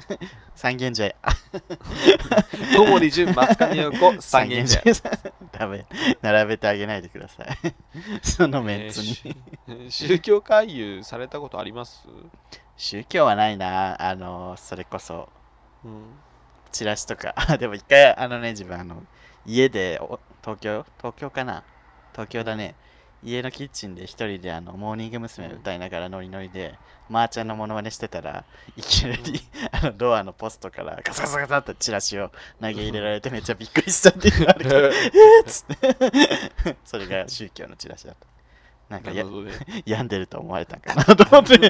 Speaker 3: 三軒 茶屋
Speaker 2: 小森純、松金 陽子、三軒茶屋。
Speaker 3: 屋 ダメ並べてあげないでください そのメンツに、
Speaker 2: えーし宗 教勧誘されたことあります、
Speaker 3: 宗教はないなあのそれこそ
Speaker 2: うん、
Speaker 3: チラシとか あでも一回あのね自分あの家でお東京東京かな東京だね家のキッチンで一人であのモーニング娘。
Speaker 2: うん
Speaker 3: 歌いながらノリノリで、マーちゃんのモノマネしてたらいきなり、 あのドアのポストからガサガサガサってチラシを投げ入れら れてめっちゃびっくりしたっていうのあるけどえーっつって それが宗教のチラシだったなんか
Speaker 2: な
Speaker 3: や
Speaker 2: るほどね。
Speaker 3: 病んでると思われたんかな と思って、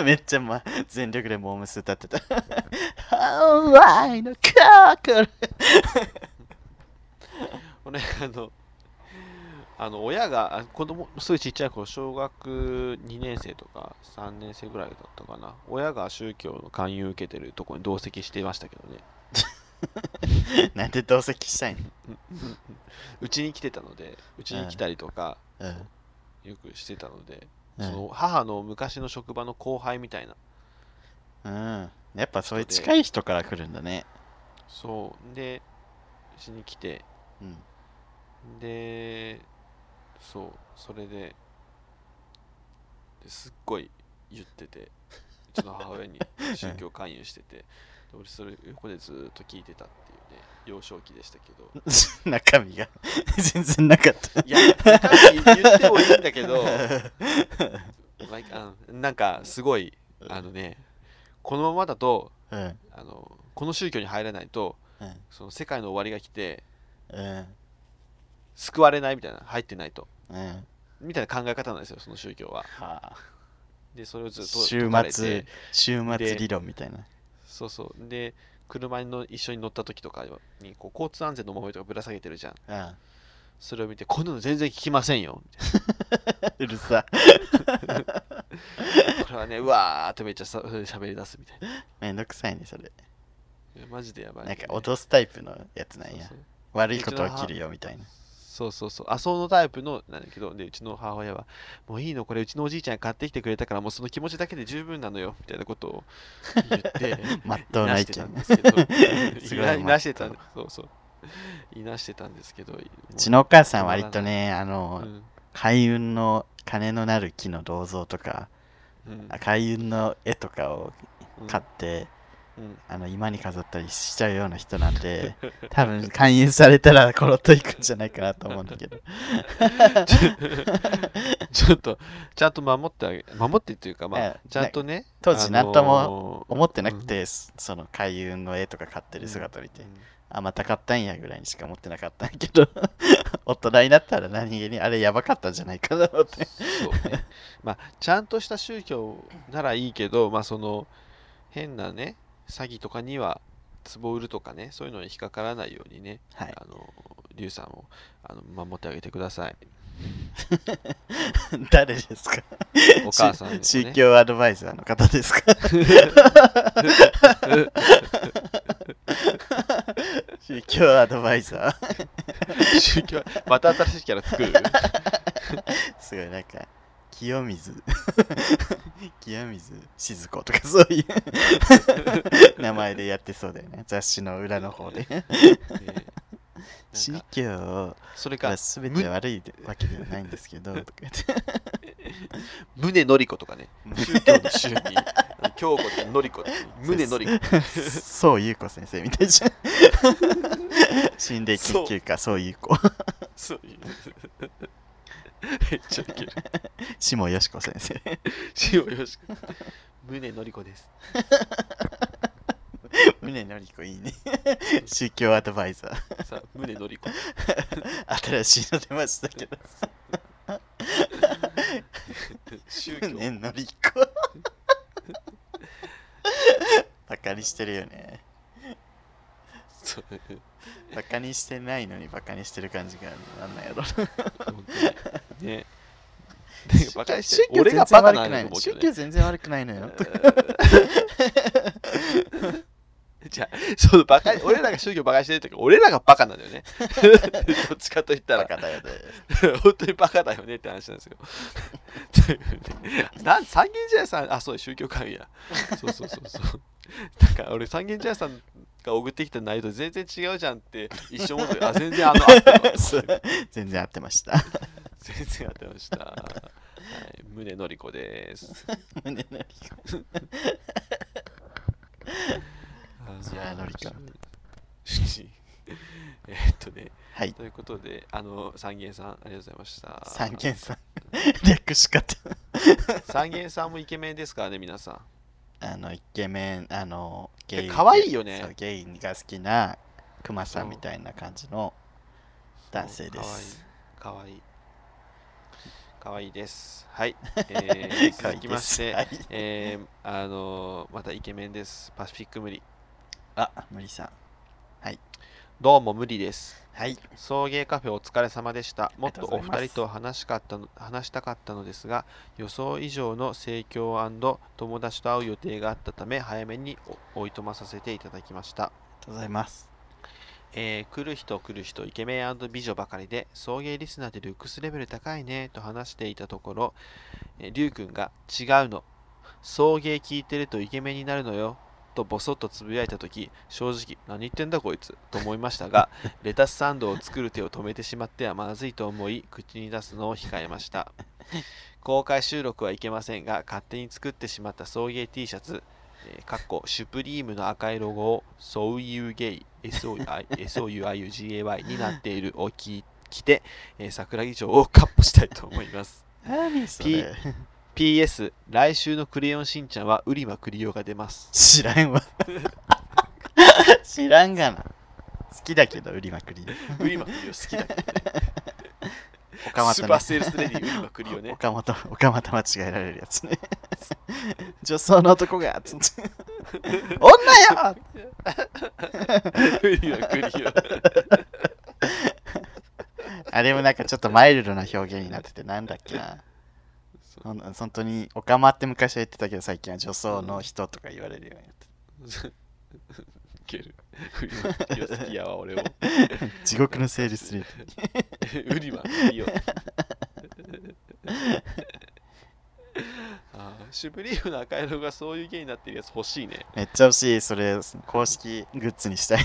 Speaker 3: めっちゃ、ま、全力でモームス歌ってた。ハワイのカーク
Speaker 2: 俺あのあの親があ子供すごいちっちゃい頃小学2年生とか3年生ぐらいだったかな親が宗教の勧誘受けてるとこに同席してましたけどね
Speaker 3: なんで同席したいの
Speaker 2: うちに来てたのでうちに来たりとか
Speaker 3: うん
Speaker 2: よくしてたので、
Speaker 3: うん
Speaker 2: その母の昔の職場の後輩みたいな
Speaker 3: うんやっぱそういう近い人から来るんだね
Speaker 2: そうでうちに来て
Speaker 3: うん
Speaker 2: でそうそれでですっごい言っててうちの母親に宗教勧誘しててで俺それ横でずーっと聞いてたっていうね幼少期でしたけ ど
Speaker 3: 中身が全然なかった
Speaker 2: いや中身言ってもいいんだけどまああのなんかすごいあのねこのままだと
Speaker 3: うん
Speaker 2: あのこの宗教に入らないと
Speaker 3: うん
Speaker 2: その世界の終わりが来て
Speaker 3: うん
Speaker 2: 救われないみたいな入ってないと
Speaker 3: うん
Speaker 2: みたいな考え方なんですよその宗教は
Speaker 3: はあ
Speaker 2: でそれをずっと
Speaker 3: 週
Speaker 2: 説かれて
Speaker 3: 末週末
Speaker 2: で
Speaker 3: 理論みたいな
Speaker 2: そうそうで車にの一緒に乗った時とかにこう交通安全の守りとかぶら下げてるじゃん
Speaker 3: あ
Speaker 2: それを見てこんなの全然聞きませんよみた
Speaker 3: あうるさ
Speaker 2: いなこれはねうわーってめっちゃさ喋り出すみたいな
Speaker 3: めんどくさいねそれ
Speaker 2: いやマジでやばい、
Speaker 3: なんか脅すタイプのやつなんや
Speaker 2: そう
Speaker 3: 悪いこと起きるよみたいな
Speaker 2: そうそうそうあそうのタイプのなんだけどでうちの母親はもういいのこれうちのおじいちゃんが買ってきてくれたからもうその気持ちだけで十分なのよみたいなことを言って
Speaker 3: まっとうな意
Speaker 2: してたん
Speaker 3: 見
Speaker 2: ですけど
Speaker 3: すごい
Speaker 2: い
Speaker 3: 真っ当
Speaker 2: ないなしてたん そうそういなしてたんですけど
Speaker 3: うちのお母さん割とねあ
Speaker 2: もう
Speaker 3: の開運の金のなる木の銅像とか
Speaker 2: うんうん
Speaker 3: 開運の絵とかを買って
Speaker 2: うん
Speaker 3: あの今に飾ったりしちゃうような人なんで多分勧誘されたらコロッといくんじゃないかなと思うんだけど
Speaker 2: ちょっとちゃんと守ってあげ守ってっていうかまあ
Speaker 3: ええ
Speaker 2: ちゃんとね
Speaker 3: 当時なんとも思ってなく
Speaker 2: や
Speaker 3: て、その開運の絵とか買ってる姿見て、あまた買ったんやぐらいにしか思ってなかったんやけど 大人になったら何気にあれやばかったんじゃないかなと思って
Speaker 2: そうね。まあ、ちゃんとした宗教ならいいけど、まあ、その、変なね、詐欺とかには、壺売るとかね、そういうのに引っかからないようにね、
Speaker 3: はい
Speaker 2: あの、リュウさんをあの守ってあげてくだ さい。
Speaker 3: 誰ですか
Speaker 2: お母さんの、ね、
Speaker 3: 宗教アドバイザーの方ですか宗教アドバイザー
Speaker 2: 宗教、また新しいキャラ 作る。
Speaker 3: すごいなんか清水 清水静子とかそういう名前でやってそうだよね雑誌の裏の方で
Speaker 2: ねなんか
Speaker 3: 宗教
Speaker 2: それか
Speaker 3: が、全て悪いわけではないんですけどとか言って
Speaker 2: 宗のりことかね、宗教の宗に、京子とのりこ、宗のりこ。
Speaker 3: そうゆうこ先生みたいじゃん心霊研究家そうゆうこ
Speaker 2: そういう。 めっちゃいける。
Speaker 3: 下よしこ先生
Speaker 2: 塩よしこ。宗のりこです。
Speaker 3: 宗のりこいいね宗教アドバイザー
Speaker 2: さあ、宗の りこ。
Speaker 3: 新しいの出ましたけど
Speaker 2: 宗教、
Speaker 3: 宗のりこバカにしてるよね
Speaker 2: そう
Speaker 3: バカにしてないのにバカにしてる感じがなんなんやろ
Speaker 2: 本当にね。なん かバカにして
Speaker 3: 宗教
Speaker 2: 俺がバカなんだと思うけ
Speaker 3: 宗
Speaker 2: ど
Speaker 3: 教
Speaker 2: ね。
Speaker 3: 全然悪くないの よ
Speaker 2: じゃあ、そのバ カに俺らが宗教バカにしてるとき、俺らがバカなんだ よね。どっちかと言った
Speaker 3: バ
Speaker 2: ら、
Speaker 3: カだよね
Speaker 2: 本当にバカだよねって話なんですよ。 というねなん三軒茶屋さん、あ、そうだ宗教会議や。そうそうそうそう。 なんか俺、三軒茶屋さんが送ってきた内容と全然違うじゃんって一生思うけどあ、全然あの、あったわ
Speaker 3: そう全然合ってました
Speaker 2: 全然合ってました。 はい、宗のりこです。
Speaker 3: 宗のりこじゃあのりこ
Speaker 2: えーっとね、
Speaker 3: はい
Speaker 2: ということで、あの、三軒さん、ありがとうございました。
Speaker 3: 三軒さん略し方
Speaker 2: 三軒さんもイケメンですからね、皆さん。
Speaker 3: あのイケメンあのゲイ
Speaker 2: 可愛いよね
Speaker 3: そうゲイが好きなクマさんみたいな感じの男性です
Speaker 2: かわいい。かわいい。かわいいです。 はい。えー
Speaker 3: 可愛
Speaker 2: 続
Speaker 3: い
Speaker 2: き
Speaker 3: で
Speaker 2: まし
Speaker 3: す
Speaker 2: て、
Speaker 3: はい
Speaker 2: えーあのーまたイケメンです。パシフィック無理。
Speaker 3: あ無理さん
Speaker 2: どうも無理です。
Speaker 3: はい
Speaker 2: 送迎カフェお疲れ様でした。もっとお
Speaker 3: ありがとうございま
Speaker 2: 二
Speaker 3: す
Speaker 2: 人と話しかったの話したかったのですが、予想以上の盛況友達と会う予定があったため、早めにおおいとまさせていただきました。
Speaker 3: ありがとうございます。
Speaker 2: えー来る人来る人イケメン美女ばかりで送迎リスナーでルックスレベル高いねと話していたところ、えー、リュウ君が違うの送迎聞いてるとイケメンになるのよとボソッとつぶやいた時正直何言ってんだこいつと思いましたがレタスサンドを作る手を止めてしまってはまずいと思い口に出すのを控えました公開収録はいけませんが勝手に作ってしまった送迎 T シャツえーかっこシュプリームの赤いロゴを SOUGAY SOI SOUIUGAY になっているを着着て、えー桜木町をカッポしたいと思います
Speaker 3: 何それ
Speaker 2: PS 来週の「クレヨンしんちゃん」はウリマクリオが出ます
Speaker 3: 知ら んわ。知らんがな。好きだけど、売りまくり。
Speaker 2: ウリマクリオ好きだけど
Speaker 3: 岡 本
Speaker 2: スーパー
Speaker 3: ね。
Speaker 2: セールスレディウリマクリオね
Speaker 3: 岡本、岡本間違えられるやつね。 女装の男が、つって。女よ
Speaker 2: ウリマクリオ
Speaker 3: あれもなんかちょっとマイルドな表現になってて、なんだっけな。
Speaker 2: そ
Speaker 3: ほん本当に、オカマって昔は言ってたけど、最近は女装の人とか言われるようになって。
Speaker 2: ういけるウリマクリオ好きやわ俺も
Speaker 3: 地獄のセールスレディ
Speaker 2: ウリマンいいよ。あーシュプリームの赤色がそういう芸になってるやつ欲しいね。
Speaker 3: めっちゃ欲しい、それ、公式グッズにした い。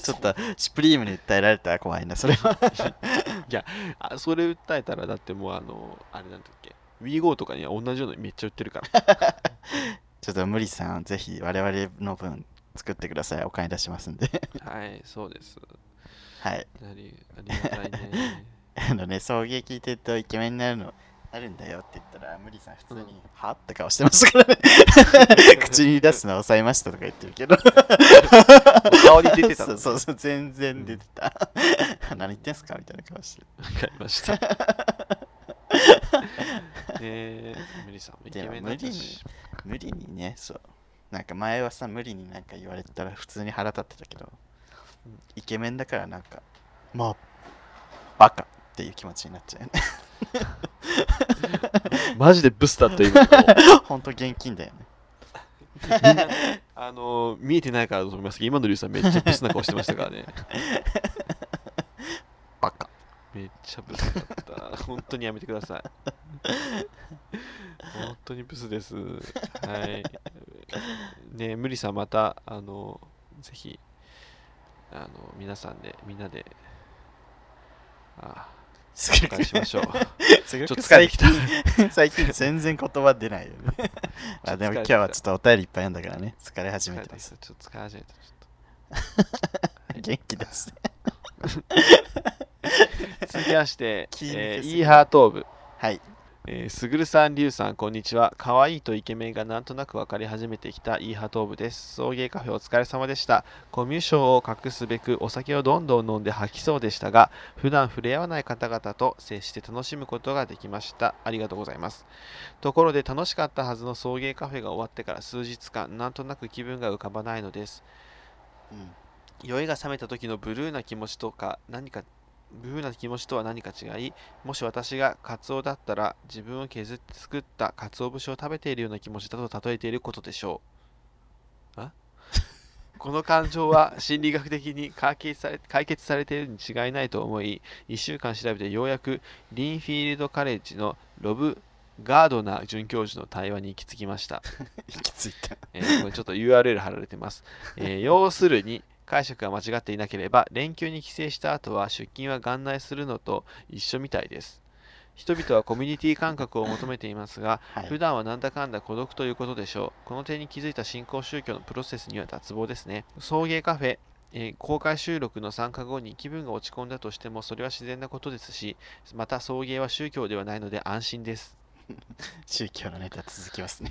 Speaker 3: ちょっと、シュプリームに訴えられたら怖いな、それは。
Speaker 2: あそれ訴えたらだってもうあの、あれなんだっけ。WeGo とかには同じようなのめっちゃ売ってるから。
Speaker 3: ちょっと無理さん、ぜひ我々の分作ってください。お金出しますん で。
Speaker 2: はい、そうです。
Speaker 3: はい。
Speaker 2: ありありがたいね。
Speaker 3: あのね、送迎聞いてるとイケメンになるの、なるんだよって言ったら、無理さん普通に、
Speaker 2: うん
Speaker 3: はって顔してましたからね。 口に出すの抑えましたとか言ってるけど。
Speaker 2: 顔に出てた
Speaker 3: そ
Speaker 2: の
Speaker 3: う そうそう、全然出てた。 何言ってんすかみたいな顔してる。
Speaker 2: わかりました。 ねえ、無理さんもイケメンだったし。
Speaker 3: 無理にね、そう。なんか前はさ、無理になんか言われたら普通に腹立ってたけど
Speaker 2: うん、
Speaker 3: イケメンだからなんか、もう、バカっていう気持ちになっちゃうよ ね。
Speaker 2: マジでブスだった今。
Speaker 3: ほんと現金だよね。
Speaker 2: みんな あの見えてないからだと思いますけど、今のリュウさんめっちゃブスな顔してましたか らね。
Speaker 3: バカ。
Speaker 2: めっちゃブスだった。本当にやめてください。本当にブスです。はい。ね無理さんまた、あの、ぜひ、あの、皆さんで、みんなで、あ、
Speaker 3: すご
Speaker 2: お返ししまし ょう。ちょ
Speaker 3: す
Speaker 2: っ
Speaker 3: ご
Speaker 2: と
Speaker 3: く
Speaker 2: 疲
Speaker 3: 最
Speaker 2: れてきた。
Speaker 3: 近 最近全然言葉出ないよね。
Speaker 2: ちょ
Speaker 3: あ
Speaker 2: っと疲れてきた
Speaker 3: でも今日はちょっとお便りいっぱい読んだからね、疲れ始めてます。
Speaker 2: ちょっと疲れ始めた。ちょっと
Speaker 3: 元気出して。
Speaker 2: 続きまして、
Speaker 3: 気抜け
Speaker 2: え
Speaker 3: す
Speaker 2: ー
Speaker 3: ぎ
Speaker 2: イーハートーブ。
Speaker 3: はい。
Speaker 2: えーすぐるさん、りゅうさん、こんにちは。可愛いとイケメンがなんとなく分かり始めてきたイーハトーブです。送迎カフェお疲れ様でした。コミュ障を隠すべくお酒をどんどん飲んで吐きそうでしたが、普段触れ合わない方々と接して楽しむことができました。ありがとうございます。ところで楽しかったはずの送迎カフェが終わってから数日間、なんとなく気分が浮かばないのです。
Speaker 3: うん
Speaker 2: 酔いが覚めた時のブルーな気持ちとか何かブルーな気持ちとは何か違いもし私がカツオだったら自分を削って作ったカツオ節を食べているような気持ちだと例えていることでしょうあこの感情は心理学的に解決され解決されているに違いないと思い1週間調べてようやくリンフィールドカレッジのロブ・ガードナー准教授の対話に行き着きました
Speaker 3: 息ついた。
Speaker 2: えーこれちょっと URL 貼られてます。え ー要するに、解釈が間違っていなければ、連休に帰省した後は出勤は元来するのと一緒みたいです。人々はコミュニティ感覚を求めていますが、
Speaker 3: は
Speaker 2: 普
Speaker 3: い。
Speaker 2: 段はなんだかんだ孤独ということでしょう。この点に気づいた新興宗教のプロセスには脱帽ですね。送迎カフェ、えー公開収録の参加後に気分が落ち込んだとしてもそれは自然なことですし、また送迎は宗教ではないので安心です。
Speaker 3: 宗教のネタ続きますね。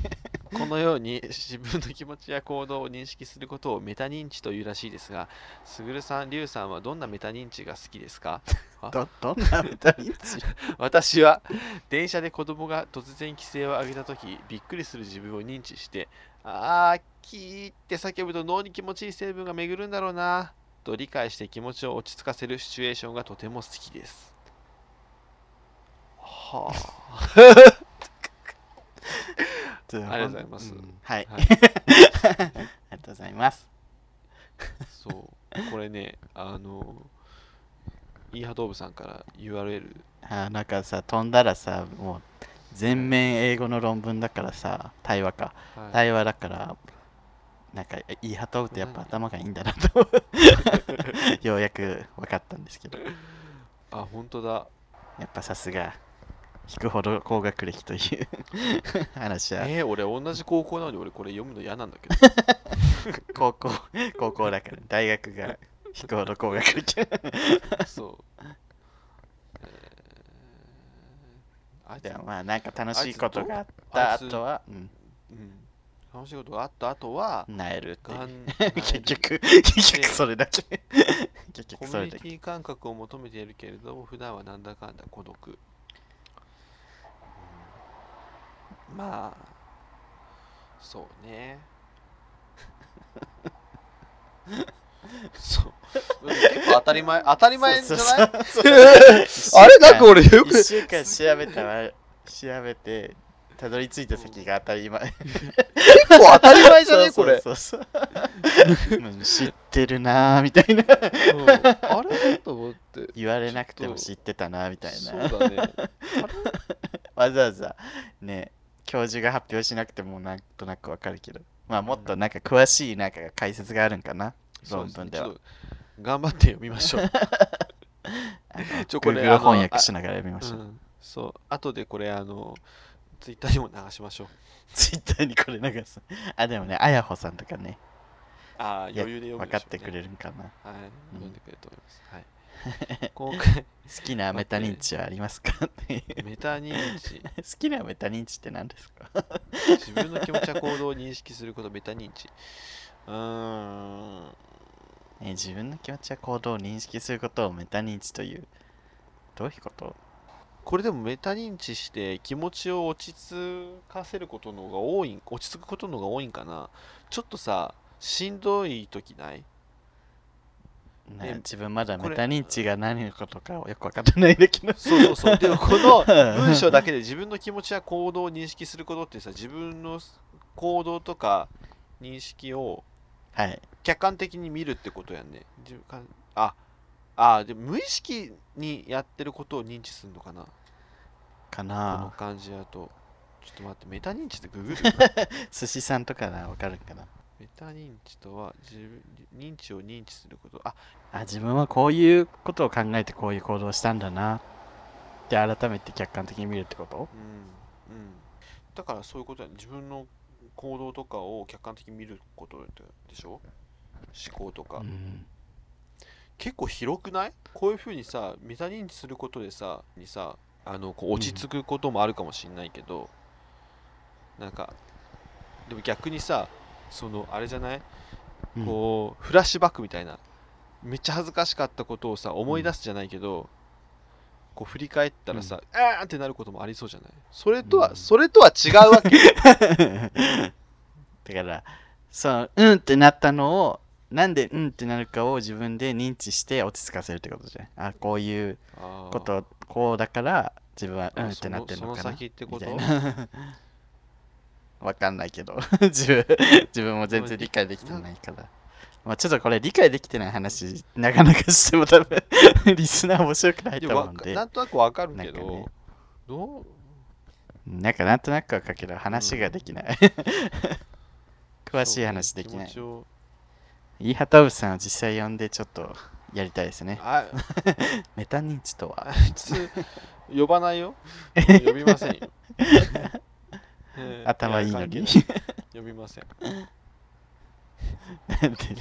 Speaker 2: このように自分の気持ちや行動を認識することをメタ認知というらしいですが、すぐるさん、りゅうさんはどんなメタ認知が好きですか
Speaker 3: ど、 どんな歌に
Speaker 2: 私は電車で子供が突然規制を上げたとき、びっくりする自分を認知して、あー、キーって叫ぶと脳に気持ちいい成分が巡るんだろうな、と理解して気持ちを落ち着かせるシチュエーションがとても好きです。はあ。
Speaker 3: あり
Speaker 2: がとうございます
Speaker 3: はい。
Speaker 2: は
Speaker 3: あ
Speaker 2: い
Speaker 3: りがとうございます。
Speaker 2: はあのイーハドーブさんから URL
Speaker 3: あなんかさ飛んだらさもう全面英語の論文だからさ対話か
Speaker 2: はい
Speaker 3: 対話だからなんか言いはとうとやっぱ頭がいいんだな とようやく分かったんですけど
Speaker 2: あ本当だ
Speaker 3: やっぱさすが引くほど高学歴という 話は
Speaker 2: えー、俺同じ高校なのに俺これ読むの嫌なんだけ
Speaker 3: 高校 高校だから大学が引くほど高学歴
Speaker 2: どそう、えー、あいつ
Speaker 3: でもまあなんか楽しいことがあっ
Speaker 2: あ
Speaker 3: た
Speaker 2: いつ
Speaker 3: 後は、うん、
Speaker 2: うん楽しいことがあった後は
Speaker 3: なえるっていう
Speaker 2: がん
Speaker 3: 結局結局それだけ結局
Speaker 2: コミ
Speaker 3: そ
Speaker 2: ュ
Speaker 3: れ
Speaker 2: ニ
Speaker 3: だ
Speaker 2: テ
Speaker 3: け
Speaker 2: ィ感覚を求めているけれども普段はなんだかんだ孤独、うんまあそう ねそううん結構当たり前当たり前じゃない
Speaker 3: そうそう
Speaker 2: あれなんか俺よく
Speaker 3: 一週間調べたわ調べてたどり着いた先が当たり前
Speaker 2: 結構当たり前じゃね
Speaker 3: そ
Speaker 2: こ
Speaker 3: う
Speaker 2: れ
Speaker 3: そうそう そううん知ってるなーみたいな
Speaker 2: うんあれと思って
Speaker 3: 言われなくても知ってたなーみたいな
Speaker 2: そうだね
Speaker 3: わざわざね教授が発表しなくてもなんとなくわかるけどまあもっとなんか詳しいなんか解説があるんかな
Speaker 2: そう
Speaker 3: 論
Speaker 2: すね
Speaker 3: 文では
Speaker 2: ちょっと頑張って読みましょうちょこれ
Speaker 3: Google
Speaker 2: あの
Speaker 3: 翻訳しながら読みまし
Speaker 2: う
Speaker 3: た、
Speaker 2: ん、そう後でこれあのツイッターにも流しましょう
Speaker 3: Twitter にこれ流すあでもねあやほさんとかね
Speaker 2: ああ
Speaker 3: いや
Speaker 2: 余裕で読むでしょう、ね、
Speaker 3: 分かってくれるんかな好
Speaker 2: は
Speaker 3: う
Speaker 2: い、
Speaker 3: ん
Speaker 2: 読んでくれると思います、 はい今回
Speaker 3: きなメタ認知はありますかって
Speaker 2: メタ認知
Speaker 3: 好きなメタ認知って何ですか
Speaker 2: 自分の気持ちや行動を認識することメタ認知うーん
Speaker 3: ね自分の気持ちや行動を認識することをメタ認知というどういうこと
Speaker 2: これでもメタ認知して気持ちを落ち着かせることの方が多い落ち着くことの方が多いんかなちょっとさしんどい 時ない
Speaker 3: ね
Speaker 2: え
Speaker 3: 自分まだ
Speaker 2: こ
Speaker 3: メ
Speaker 2: れ
Speaker 3: タ認知が何のことかをよく分かってないできな
Speaker 2: そうそうそう。でもこの文章だけで自分の気持ちや行動を認識することってさ、自分の行動とか認識を
Speaker 3: はい
Speaker 2: 客観的に見るってことやんね。自分かあ、あ、でも無意識にやってることを認知するのかな。
Speaker 3: か
Speaker 2: この
Speaker 3: な
Speaker 2: 感じだと。ちょっと待って、メタ認知ってググる
Speaker 3: 寿司さんとかなら分かるかな
Speaker 2: メタ認知とは自分、認知を認知すること。あ、
Speaker 3: あ自分はこういうことを考えてこういう行動をしたんだなって改めて客観的に見るってこと
Speaker 2: うん。うん。だからそういうことや、ね、自分の行動とかを客観的に見ることでしょ思考とか。
Speaker 3: うん
Speaker 2: 結構広くないこういうふうにさメタ認知することでさにさあのこう落ち着くこともあるかもしんないけど、なんかでも逆にさそのあれじゃない
Speaker 3: うん
Speaker 2: こうフラッシュバックみたいなめっちゃ恥ずかしかったことをさ思い出すじゃないけど、こう振り返ったらさ、あーってなることもありそうじゃないそれとは、
Speaker 3: うん
Speaker 2: それとは違う わけ
Speaker 3: だからそのうんってなったのをなんでうんってなるかを自分で認知して落ち着かせるってことじゃんあこういう
Speaker 2: あー
Speaker 3: ことこうだから自分は
Speaker 2: あ
Speaker 3: うんってなってるのか
Speaker 2: そのその
Speaker 3: な
Speaker 2: 先って
Speaker 3: み
Speaker 2: こ
Speaker 3: た
Speaker 2: と
Speaker 3: いな わかんないけど 自分自分も全然理解できてないから、まあ、ちょっとこれ理解できてない話なかなかしても多分 リスナー面白くない
Speaker 2: で
Speaker 3: と
Speaker 2: も
Speaker 3: 思う
Speaker 2: わ
Speaker 3: ん
Speaker 2: か
Speaker 3: で
Speaker 2: なんとなくわかるけ
Speaker 3: なん
Speaker 2: ど、
Speaker 3: かね
Speaker 2: どう
Speaker 3: なんかなんとなくは書くけど話ができない、 詳しい話できない
Speaker 2: そうね気持ちを
Speaker 3: イーハタウさんを実際呼んでちょっとやりたいですね。
Speaker 2: あ
Speaker 3: メタ認知とは
Speaker 2: あいつ呼ばな いよ。呼びませんよ。えー
Speaker 3: 頭いいの
Speaker 2: や
Speaker 3: に。
Speaker 2: 関係ない呼びません。
Speaker 3: なん で
Speaker 2: い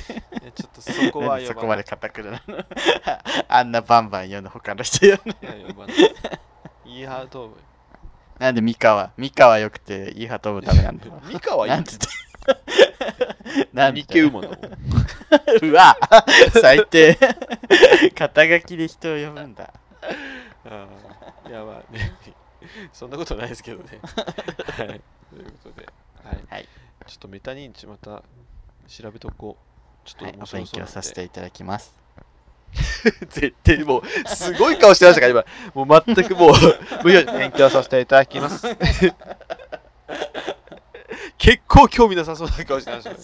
Speaker 2: やちょっとそこ
Speaker 3: な
Speaker 2: は
Speaker 3: んでそ
Speaker 2: 呼
Speaker 3: こま
Speaker 2: ばな
Speaker 3: で
Speaker 2: い。
Speaker 3: 堅くなるの あんなバンバン読んで他の人読んで。
Speaker 2: いや呼ばない。イーハート
Speaker 3: なんでミカはミカはよくてイーハトウダメなんだ。
Speaker 2: ーブ。ミカはい
Speaker 3: なん
Speaker 2: い
Speaker 3: で なんで
Speaker 2: 日系馬だもん。
Speaker 3: うわ最低肩書きで人を呼ぶんだ。
Speaker 2: あーいやまあね。そんなことないですけどね。はい。ということで、はい。
Speaker 3: はい
Speaker 2: ちょっとメタ認知また調べとこう。ちょ
Speaker 3: は
Speaker 2: っ
Speaker 3: い
Speaker 2: と、
Speaker 3: お
Speaker 2: 面白
Speaker 3: 勉
Speaker 2: そう
Speaker 3: 強
Speaker 2: なんで
Speaker 3: させていただきます。
Speaker 2: 絶対もう、すごい顔してましたから、今。もう全く もう、無理勉強させていただき ます。結構興味なさそうな顔してましたね。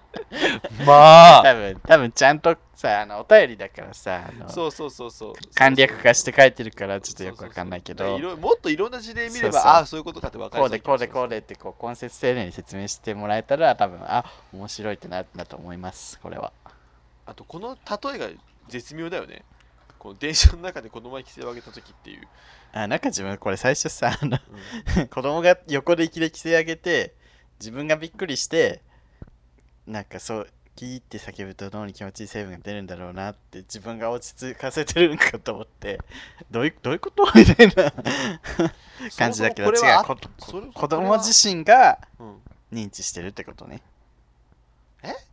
Speaker 2: まあ
Speaker 3: 多分、多分ちゃんとさ、あの、お便りだからさ、あの
Speaker 2: そうそうそうそう。
Speaker 3: 簡略化して書いてるから、ちょっとよくわかんないけ
Speaker 2: そう
Speaker 3: ど
Speaker 2: そう、そういろもっといろんな事例見
Speaker 3: そ
Speaker 2: れば、
Speaker 3: うそう
Speaker 2: ああ、そういうことかって分かる。
Speaker 3: こうでこうでこうでって、こう、根節丁寧に説明してもらえたら、多分、あ、面白いってなるんだと思います、これは。
Speaker 2: あと、この例えが絶妙だよね。この電車の中でこの前規制を上げた時っていう。
Speaker 3: あ、なんか自分、これ最初さ、あの、 子供が横で息で規制上げて自分がびっくりしてなんかそうキーって叫ぶと脳に気持ちいい成分が出るんだろうなって自分が落ち着かせてるんかと思ってどういうどういう ことみたいな感じだけど違う
Speaker 2: そもそもこれは
Speaker 3: こ
Speaker 2: それ
Speaker 3: 子供自
Speaker 2: そ
Speaker 3: 身が
Speaker 2: れはうん
Speaker 3: 認知してるってことね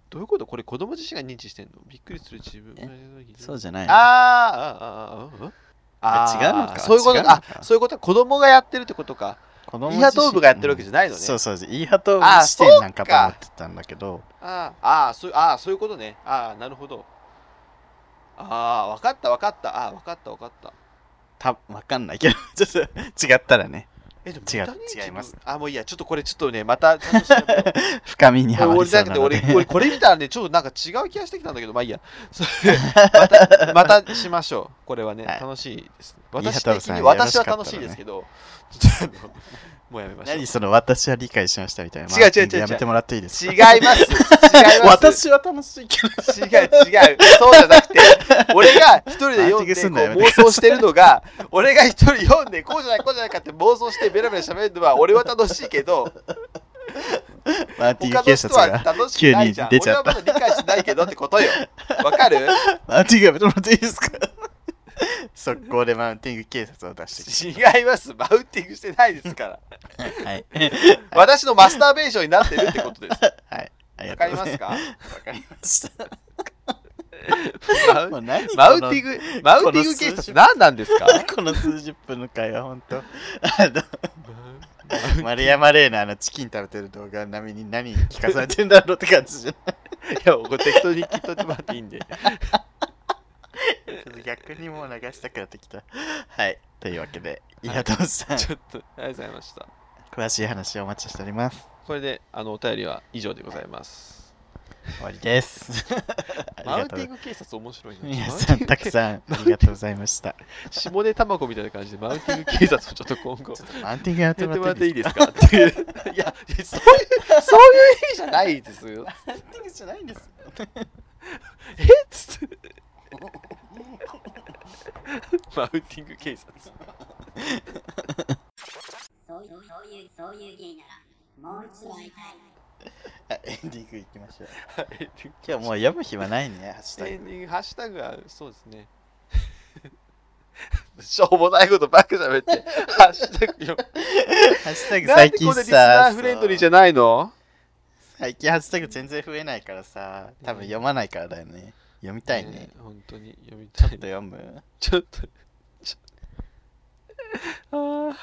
Speaker 2: どういうことこれ子供自身が認知してんのびっくりする自分
Speaker 3: えそうじゃない
Speaker 2: あーあーあーあーあー
Speaker 3: 違うのか
Speaker 2: そういうこと
Speaker 3: 違うの
Speaker 2: あ
Speaker 3: か
Speaker 2: そういうことは子供がやってるってことか
Speaker 3: 子供
Speaker 2: イーハトーブがやってるわけじ
Speaker 3: ゃ
Speaker 2: ゃないのね、
Speaker 3: そうそうイーハト
Speaker 2: あ
Speaker 3: ーブ視点なんかと思ってたんだけど
Speaker 2: あーあーそうあーそういうことねああなるほどああわかったわかったああわかったわかった
Speaker 3: たわかんないけど ちょっと違ったらね
Speaker 2: えでも
Speaker 3: 違う
Speaker 2: 豚肉
Speaker 3: 違います
Speaker 2: あもういいやちょっとこれちょっとねまたちゃんと調べ よう
Speaker 3: 深みにはま
Speaker 2: 俺
Speaker 3: り
Speaker 2: じ
Speaker 3: そ
Speaker 2: ゃ
Speaker 3: う
Speaker 2: な
Speaker 3: な
Speaker 2: くて
Speaker 3: ので
Speaker 2: 俺俺これ見たらねちょっとなんか違う気がしてきたんだけどまあいいや それまたまたしましょうこれはね、
Speaker 3: はい
Speaker 2: 楽しいです
Speaker 3: 飯
Speaker 2: 私
Speaker 3: 畑
Speaker 2: 的
Speaker 3: さん
Speaker 2: に
Speaker 3: よろしかっ
Speaker 2: 私
Speaker 3: た
Speaker 2: は
Speaker 3: らね
Speaker 2: 楽しいですけど、ちょっとあのもうやめましょう 違
Speaker 3: 何その私は理解しましたみたいな。
Speaker 2: 違う違う
Speaker 3: マーケティング
Speaker 2: 違う違う
Speaker 3: やめてもらっていいですか
Speaker 2: います違います
Speaker 3: 私は楽しいけど。
Speaker 2: 違う違うそうじゃなく て俺が一人で読ん
Speaker 3: マーケティングすんの
Speaker 2: で
Speaker 3: や
Speaker 2: こ
Speaker 3: め
Speaker 2: う
Speaker 3: て
Speaker 2: 妄想してるのが俺が一人読んでこうじゃないこうじゃないかって妄想してベラベラ喋るのは俺は楽しいけど
Speaker 3: マーティン グ
Speaker 2: 他の
Speaker 3: 警
Speaker 2: 人
Speaker 3: 察
Speaker 2: は
Speaker 3: が。
Speaker 2: 楽しくないじゃん
Speaker 3: 急に出ち
Speaker 2: 俺
Speaker 3: ゃ
Speaker 2: は
Speaker 3: っ
Speaker 2: まだ理解してないけどってことよわかる
Speaker 3: マーティングやめてもらっていいですか 速攻でマウンティング警察を出してき
Speaker 2: 違いますマウンティングしてないですから
Speaker 3: て。はい。
Speaker 2: 私のマスターベーションになってるってこと です
Speaker 3: はい。あり
Speaker 2: わ
Speaker 3: がと
Speaker 2: かり
Speaker 3: うご
Speaker 2: ま
Speaker 3: ざ
Speaker 2: す
Speaker 3: いま
Speaker 2: か
Speaker 3: す。わかりました。
Speaker 2: マウ
Speaker 3: もう何
Speaker 2: マウンティン
Speaker 3: グ
Speaker 2: グマウンティング警察何なんですか
Speaker 3: この数十分の会話、ほんと。あ の、丸山玲奈のチキン食べてる動画、並みに何聞かされてんだろうって感じじゃない
Speaker 2: いや、ご適当に聞いといてもらっていいんで。
Speaker 3: ちょっと逆にもう流したくなってきた。はい。というわけで、伊賀藤さん、
Speaker 2: ちょっと、ありがとうございました。
Speaker 3: 詳しい話をお待ちしております。
Speaker 2: これで、あの、お便りは以上でございます。
Speaker 3: 終わり です。あり
Speaker 2: マ
Speaker 3: が
Speaker 2: ウンテ
Speaker 3: とうござ
Speaker 2: ィン
Speaker 3: い
Speaker 2: グ警察面白いな。
Speaker 3: 皆さん、たくさんありがとうございました。
Speaker 2: 下根玉子みたいな感じで、マウンティング警察をちょっと今後、
Speaker 3: マウンティングやって
Speaker 2: や
Speaker 3: も
Speaker 2: っても
Speaker 3: らっ
Speaker 2: らってて
Speaker 3: いい
Speaker 2: いい
Speaker 3: で
Speaker 2: ですす
Speaker 3: か
Speaker 2: かっていう。いや、いやそういう、そういう意味じゃないですよ。
Speaker 3: マウンティングじゃないんです。
Speaker 2: えっつって。 マウンティング警察。
Speaker 1: そういう、そういう、そういう芸なら、もう一度会いたい。
Speaker 3: エンディングいきましょう。
Speaker 2: はい
Speaker 3: 今日もう読む暇ない ね、ハッシュタ
Speaker 2: エ
Speaker 3: グ
Speaker 2: ンディング、ハッシュタグはそうですね。 しょうもないことばっか喋 って、ハッシュタグよ。
Speaker 3: ハッシュタグ
Speaker 2: なん
Speaker 3: 最
Speaker 2: でこ
Speaker 3: 近
Speaker 2: れリスナ
Speaker 3: さ
Speaker 2: ー、フレンドリーじ
Speaker 3: ゃ
Speaker 2: ゃないの
Speaker 3: 最近ハッシュタグ全然増えないからさ、多分読まないからだよね。読みたいね。。
Speaker 2: 本当に読み
Speaker 3: ち
Speaker 2: た
Speaker 3: ょっと
Speaker 2: い。
Speaker 3: 読む。
Speaker 2: ちょっと。ちょああ。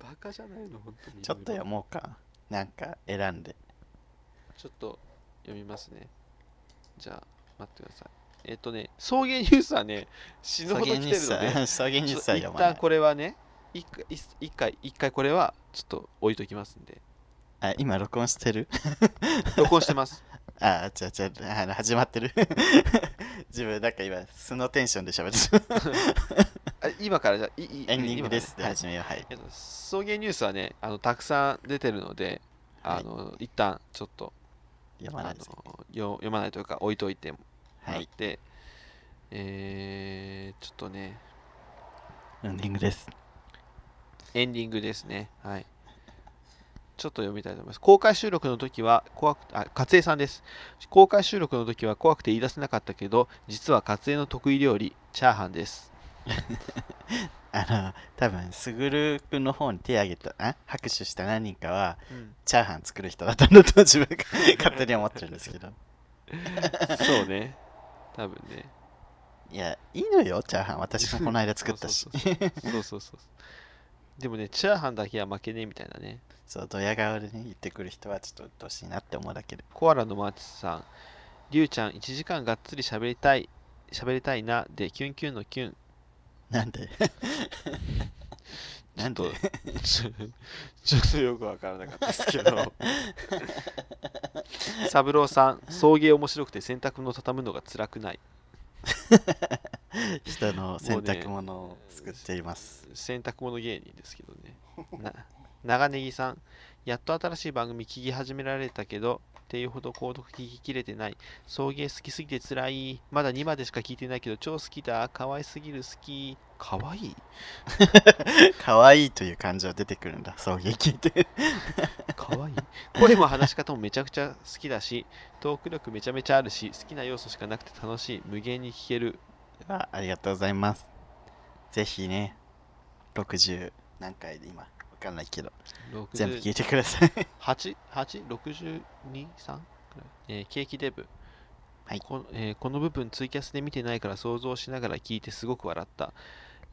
Speaker 2: バカじゃないの、本当に。
Speaker 3: ちょっと読もうか。なんか選んで。
Speaker 2: ちょっと読みますね。じゃあ、待ってください。えっとね、草原ニュースはね、死ぬ
Speaker 3: 草
Speaker 2: ほど
Speaker 3: 原
Speaker 2: 来
Speaker 3: ニ
Speaker 2: て
Speaker 3: ュ
Speaker 2: るので。
Speaker 3: ース、草原ニュースは読
Speaker 2: ちょっ
Speaker 3: ま
Speaker 2: と一
Speaker 3: な
Speaker 2: 旦
Speaker 3: い。
Speaker 2: これはね一回一一回一回これはちょっと置いときますんで
Speaker 3: あ、今録音してる
Speaker 2: 録音してます
Speaker 3: あ、違う違う、あの始まってる。 自分、なんか今、素のテンションで喋ってる。
Speaker 2: あ今からじゃあいい
Speaker 3: エンディングです。で
Speaker 2: 今か
Speaker 3: 始
Speaker 2: らね
Speaker 3: めよう。はい。
Speaker 2: はいえっと送迎ニュースはねあのたくさん出てるのであの、一旦ちょっと
Speaker 3: 読まない
Speaker 2: あ
Speaker 3: です。
Speaker 2: のよ読まないというか置いといても
Speaker 3: は
Speaker 2: らっ
Speaker 3: い。
Speaker 2: て、えー、ちょっとね
Speaker 3: エンディングです。
Speaker 2: エンディングですね。はい。ちょっと読みたいと思います。公開収録の時は怖く、あ、勝江さんです。公開収録の時は怖くて言い出せなかったけど、実は勝江の得意料理、チャーハンです。
Speaker 3: あの、多分すぐるくんの方に手挙げた、あ拍手した何人かは、チャーハン作る人だったんだと自分が 勝手に思ってるんですけど。
Speaker 2: そうね。多分ね。
Speaker 3: いや、いいのよ、チャーハン。私もこの間作ったし
Speaker 2: そう。そうそう。そうそうそうでもね、チャーハンだけは負けねえみたいなね。
Speaker 3: そう、ドヤ顔でね、言ってくる人は、ちょっと鬱陶しいなって思うだけで。
Speaker 2: コアラのマーチさん、りゅうちゃん、1時間がっつり喋りたい、 喋りたいな、で、キュンキュンのキュン。
Speaker 3: なんで
Speaker 2: ちょ
Speaker 3: な
Speaker 2: っ
Speaker 3: ん
Speaker 2: と
Speaker 3: で
Speaker 2: ちょ ちょっとよくわからなかったですけ ど三郎さん送迎面白くて洗濯物畳むのが辛くない
Speaker 3: 人の洗濯
Speaker 2: もう
Speaker 3: 物を作っています。
Speaker 2: 洗濯物芸人ですけどねな長ネギさんやっと新しい番組聞き始められたけどっていうほど購読聞ききれてない送迎好きすぎて辛いまだ2までしか聞いてないけど超好きだ可愛すぎる好き可愛い
Speaker 3: 可愛いという感情出てくるんだ、送迎聞いて。
Speaker 2: 可愛い 声も話し方もめちゃくちゃ好きだしトーク力めちゃめちゃあるし好きな要素しかなくて楽しい無限に聞ける
Speaker 3: あありがとうございます。ぜひね、60何回で今、わかんないけど、全部聞いてください。
Speaker 2: 68?62?3? えー、ケーキデブ、
Speaker 3: はい
Speaker 2: こえーこの部分ツイキャスで見てないから想像しながら聞いてすごく笑った、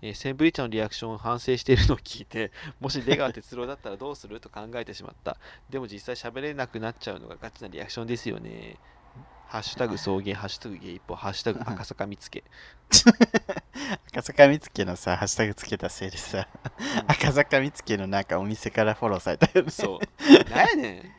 Speaker 2: えーセンブリ茶のリアクションを反省しているのを聞いて もし出川哲郎だったらどうすると考えてしまったでも実際喋れなくなっちゃうのがガチなリアクションですよ ねハッシュタグ送迎ハッシュタグゲイ一歩ハッシュタグ赤坂見 つけ
Speaker 3: 赤坂見つけのさ、ハッシュタグつけたせいでさ、赤坂見つけのなんかお店からフォローされたよね。
Speaker 2: そうなんやね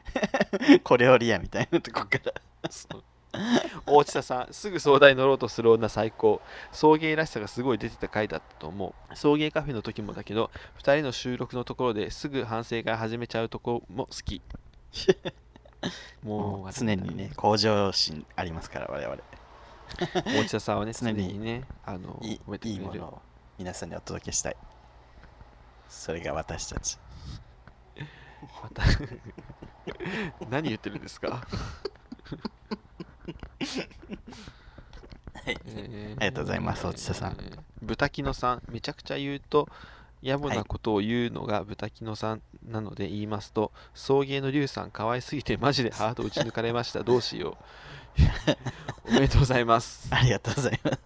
Speaker 2: ん
Speaker 3: 小料理屋みたいなとこから。
Speaker 2: そう 大地田さん、すぐ壮大に乗ろうとする女最高。送迎らしさがすごい出てた回だったと思う。送迎カフェの時もだけど、2人の収録のところですぐ反省会始めちゃうとこも好 き。も
Speaker 3: も
Speaker 2: う
Speaker 3: う常にね、向上心ありますから、我々。
Speaker 2: 大地田さんはね、常
Speaker 3: 常に
Speaker 2: にね、あの
Speaker 3: いい
Speaker 2: 褒めて
Speaker 3: いい
Speaker 2: く
Speaker 3: も
Speaker 2: れる
Speaker 3: のを皆さんにお届けしたい。それが私たち。
Speaker 2: また何言ってるんですか、
Speaker 3: い
Speaker 2: えー
Speaker 3: ありがとうございます大地田さん。
Speaker 2: 豚キノさん、めちゃくちゃ言うと、野暮なことを言うのが豚キノさんなので言いますと、送迎の龍さん、可愛すぎてマジでハート打ち抜かれました。どうしよう。 おめでとうございます。
Speaker 3: ありがとうございます。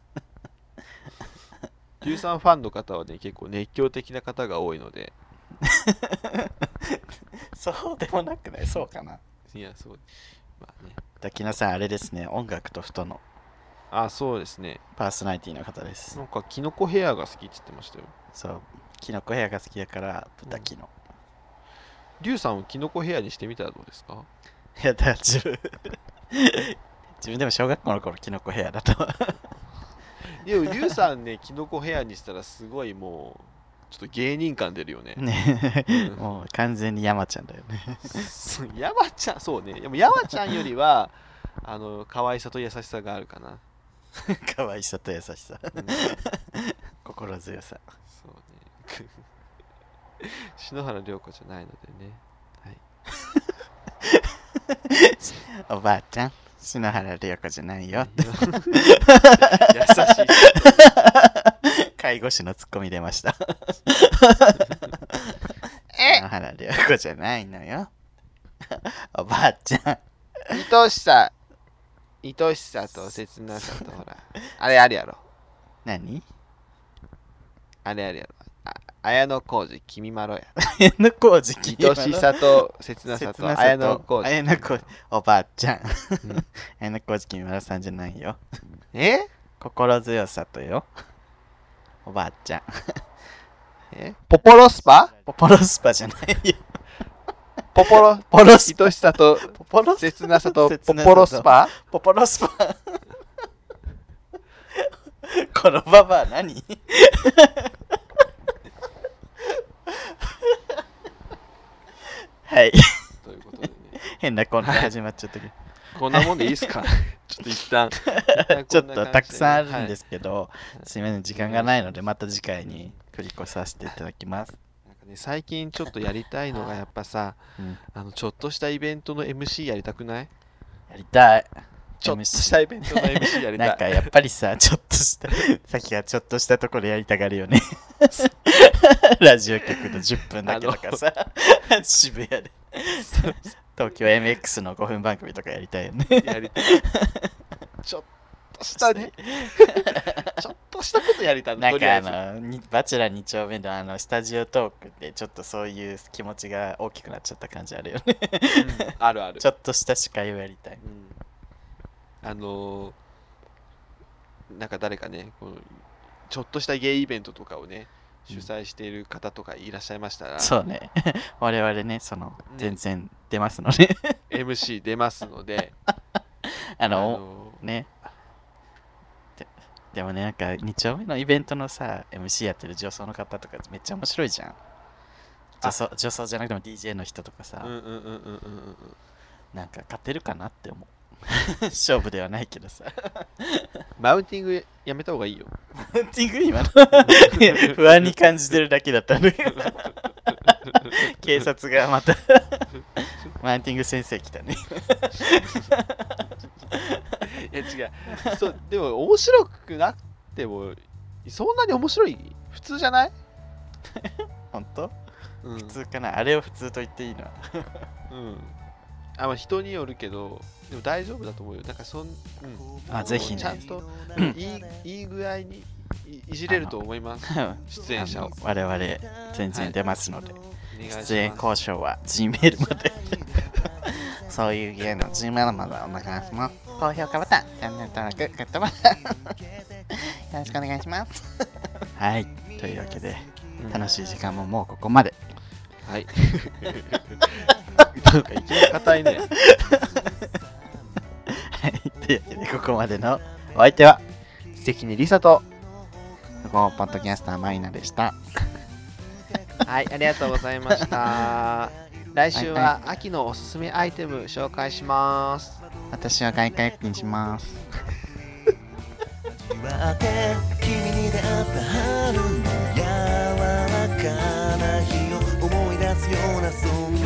Speaker 2: 龍さんファンの方はね、結構熱狂的な方が多いので、
Speaker 3: そうでもなくないそうかな。
Speaker 2: いや、そう。まあね。
Speaker 3: 滝野さん、あれですね、音楽と太の
Speaker 2: あ、そうですね。
Speaker 3: パーソナリティの方です
Speaker 2: な。んか、キノコヘアが好きって言ってましたよ。
Speaker 3: そう、キノコヘアが好きだから、豚キノ。
Speaker 2: 龍さんをキノコヘアにしてみたらどうですか
Speaker 3: いや、だから自分 自分でも小学校の頃、キノコヘアだと。
Speaker 2: でも、龍さんね、キノコヘアにしたら、すごいもう、ちょっと芸人感出るよ ね。
Speaker 3: ね
Speaker 2: う、ん
Speaker 3: もう完全に山ちゃんだよね。
Speaker 2: そう山ちゃんそうねでも山ちゃんよりは あの可愛さと優しさがあるかな、
Speaker 3: 可愛さと優しさ、
Speaker 2: うん
Speaker 3: 心強さ。
Speaker 2: そうね篠原涼子じゃないのでね
Speaker 3: おばあちゃん、篠原涼子じゃないよ。
Speaker 2: 優しい
Speaker 3: 介護士のツッコミ出ま した。篠原涼子じゃないのよ。 おばあちゃん。
Speaker 2: 愛しさ愛しさと切なさとほらあれあるやろ
Speaker 3: 何
Speaker 2: あれあるやろあ綾小路君まろや
Speaker 3: 天の工事聞いたの
Speaker 2: 愛しさと切な
Speaker 3: 切
Speaker 2: さ
Speaker 3: な
Speaker 2: と綾
Speaker 3: さ
Speaker 2: 小
Speaker 3: と
Speaker 2: 路
Speaker 3: 綾野小路おばあちゃん
Speaker 2: うん。
Speaker 3: 綾野小路君村さんじゃないよ。
Speaker 2: え
Speaker 3: 心強さとよ。おばあちゃん。
Speaker 2: えポポロスパ
Speaker 3: ポポロスパじゃないよ。
Speaker 2: ポポロ
Speaker 3: ポロス
Speaker 2: 愛しさと
Speaker 3: ポポロス
Speaker 2: 切なさと
Speaker 3: 切
Speaker 2: ポ
Speaker 3: なさと
Speaker 2: ポロスパ
Speaker 3: ポポロスパ。このババア何はい。
Speaker 2: ということでね
Speaker 3: 変なコント始まっちゃったけど。
Speaker 2: こんなもんでいいです かちょっと一 旦。。
Speaker 3: ちょっとたくさんあるんですすけど、すみません、時間がないので、また次回に繰り越させていただきます。
Speaker 2: はいなんかね最近ちょっとやりたいのがやっぱさ、
Speaker 3: うん
Speaker 2: あのちょっとしたイベントの MC やりたくない
Speaker 3: やりたい。
Speaker 2: ちょっとしたイベントの MC やりた
Speaker 3: なんか
Speaker 2: い。
Speaker 3: やっぱりさ、ちょっと した、さっきはちょっとしたところやりたがるよね。ラジオ局の10分だけとかさ、渋谷で。東京 MX の5分番組とかやりたいよね。
Speaker 2: やりたい。ちょっとしたね。ちょっとしたことやりたい
Speaker 3: なん
Speaker 2: とりあ
Speaker 3: か
Speaker 2: えず
Speaker 3: あの、にバチェラー2丁目のあのスタジオトークでちょっとそういう気持ちが大きくなっちゃった感じあるよね。
Speaker 2: うんあるある。
Speaker 3: ちょっとした司会をやりたい。
Speaker 2: うんあのーなんか誰かね、このちょっとしたゲイイベントとかをね、主催している方とかいらっしゃいましたら、
Speaker 3: そうね。 我々ね、その、
Speaker 2: ん
Speaker 3: 全然出ますので、
Speaker 2: MC 出ますので、
Speaker 3: あ
Speaker 2: あ
Speaker 3: の、
Speaker 2: の
Speaker 3: ね。ででもね、なんか、2丁目のイベントのさ、MC やってる女装の方とか、めっちゃ面白いじゃん。女装女装じゃなくても DJ の人とかさ、
Speaker 2: うんうんうんうんうんうんうん。
Speaker 3: なんか勝てるかなって思う。 勝負ではないけ どさ。
Speaker 2: マウンティングやめた方がいいよ。
Speaker 3: マウンティング今のいや不安に感じてるだけだったん だけど警察がまたマウンティング先生来たね
Speaker 2: いや違う。そうでも面白くなくてもそんなに面白い普通じゃない？
Speaker 3: 本当
Speaker 2: うん、
Speaker 3: 普通かなあれを普通と言っていいのは
Speaker 2: うん。あまあ人によるけどでも大丈夫だと思うよ。なんかそん、うん、
Speaker 3: あぜひね
Speaker 2: ちゃんといいいい具合にいいじれると思います。 出演者を
Speaker 3: あの我々全然出ますので、
Speaker 2: お願いします
Speaker 3: 出演交渉は G メールまでそういう芸の G メールまでお願いします高評価ボタンチャンネル登録グッドボタンよろしくお願いしますはいというわけで
Speaker 2: うん
Speaker 3: 楽しい時間ももうここまで
Speaker 2: はい。なんかいきなり硬いね。
Speaker 3: はい、というわけでここまでのお相手は関根理沙とこのポッドキャスターマイナでした
Speaker 2: はい、ありがとうございました。来週は秋のおすすめアイテム紹介します。
Speaker 3: 私は外貨預金します
Speaker 4: 君に出会った春の柔らかな日を思い出すようなそんな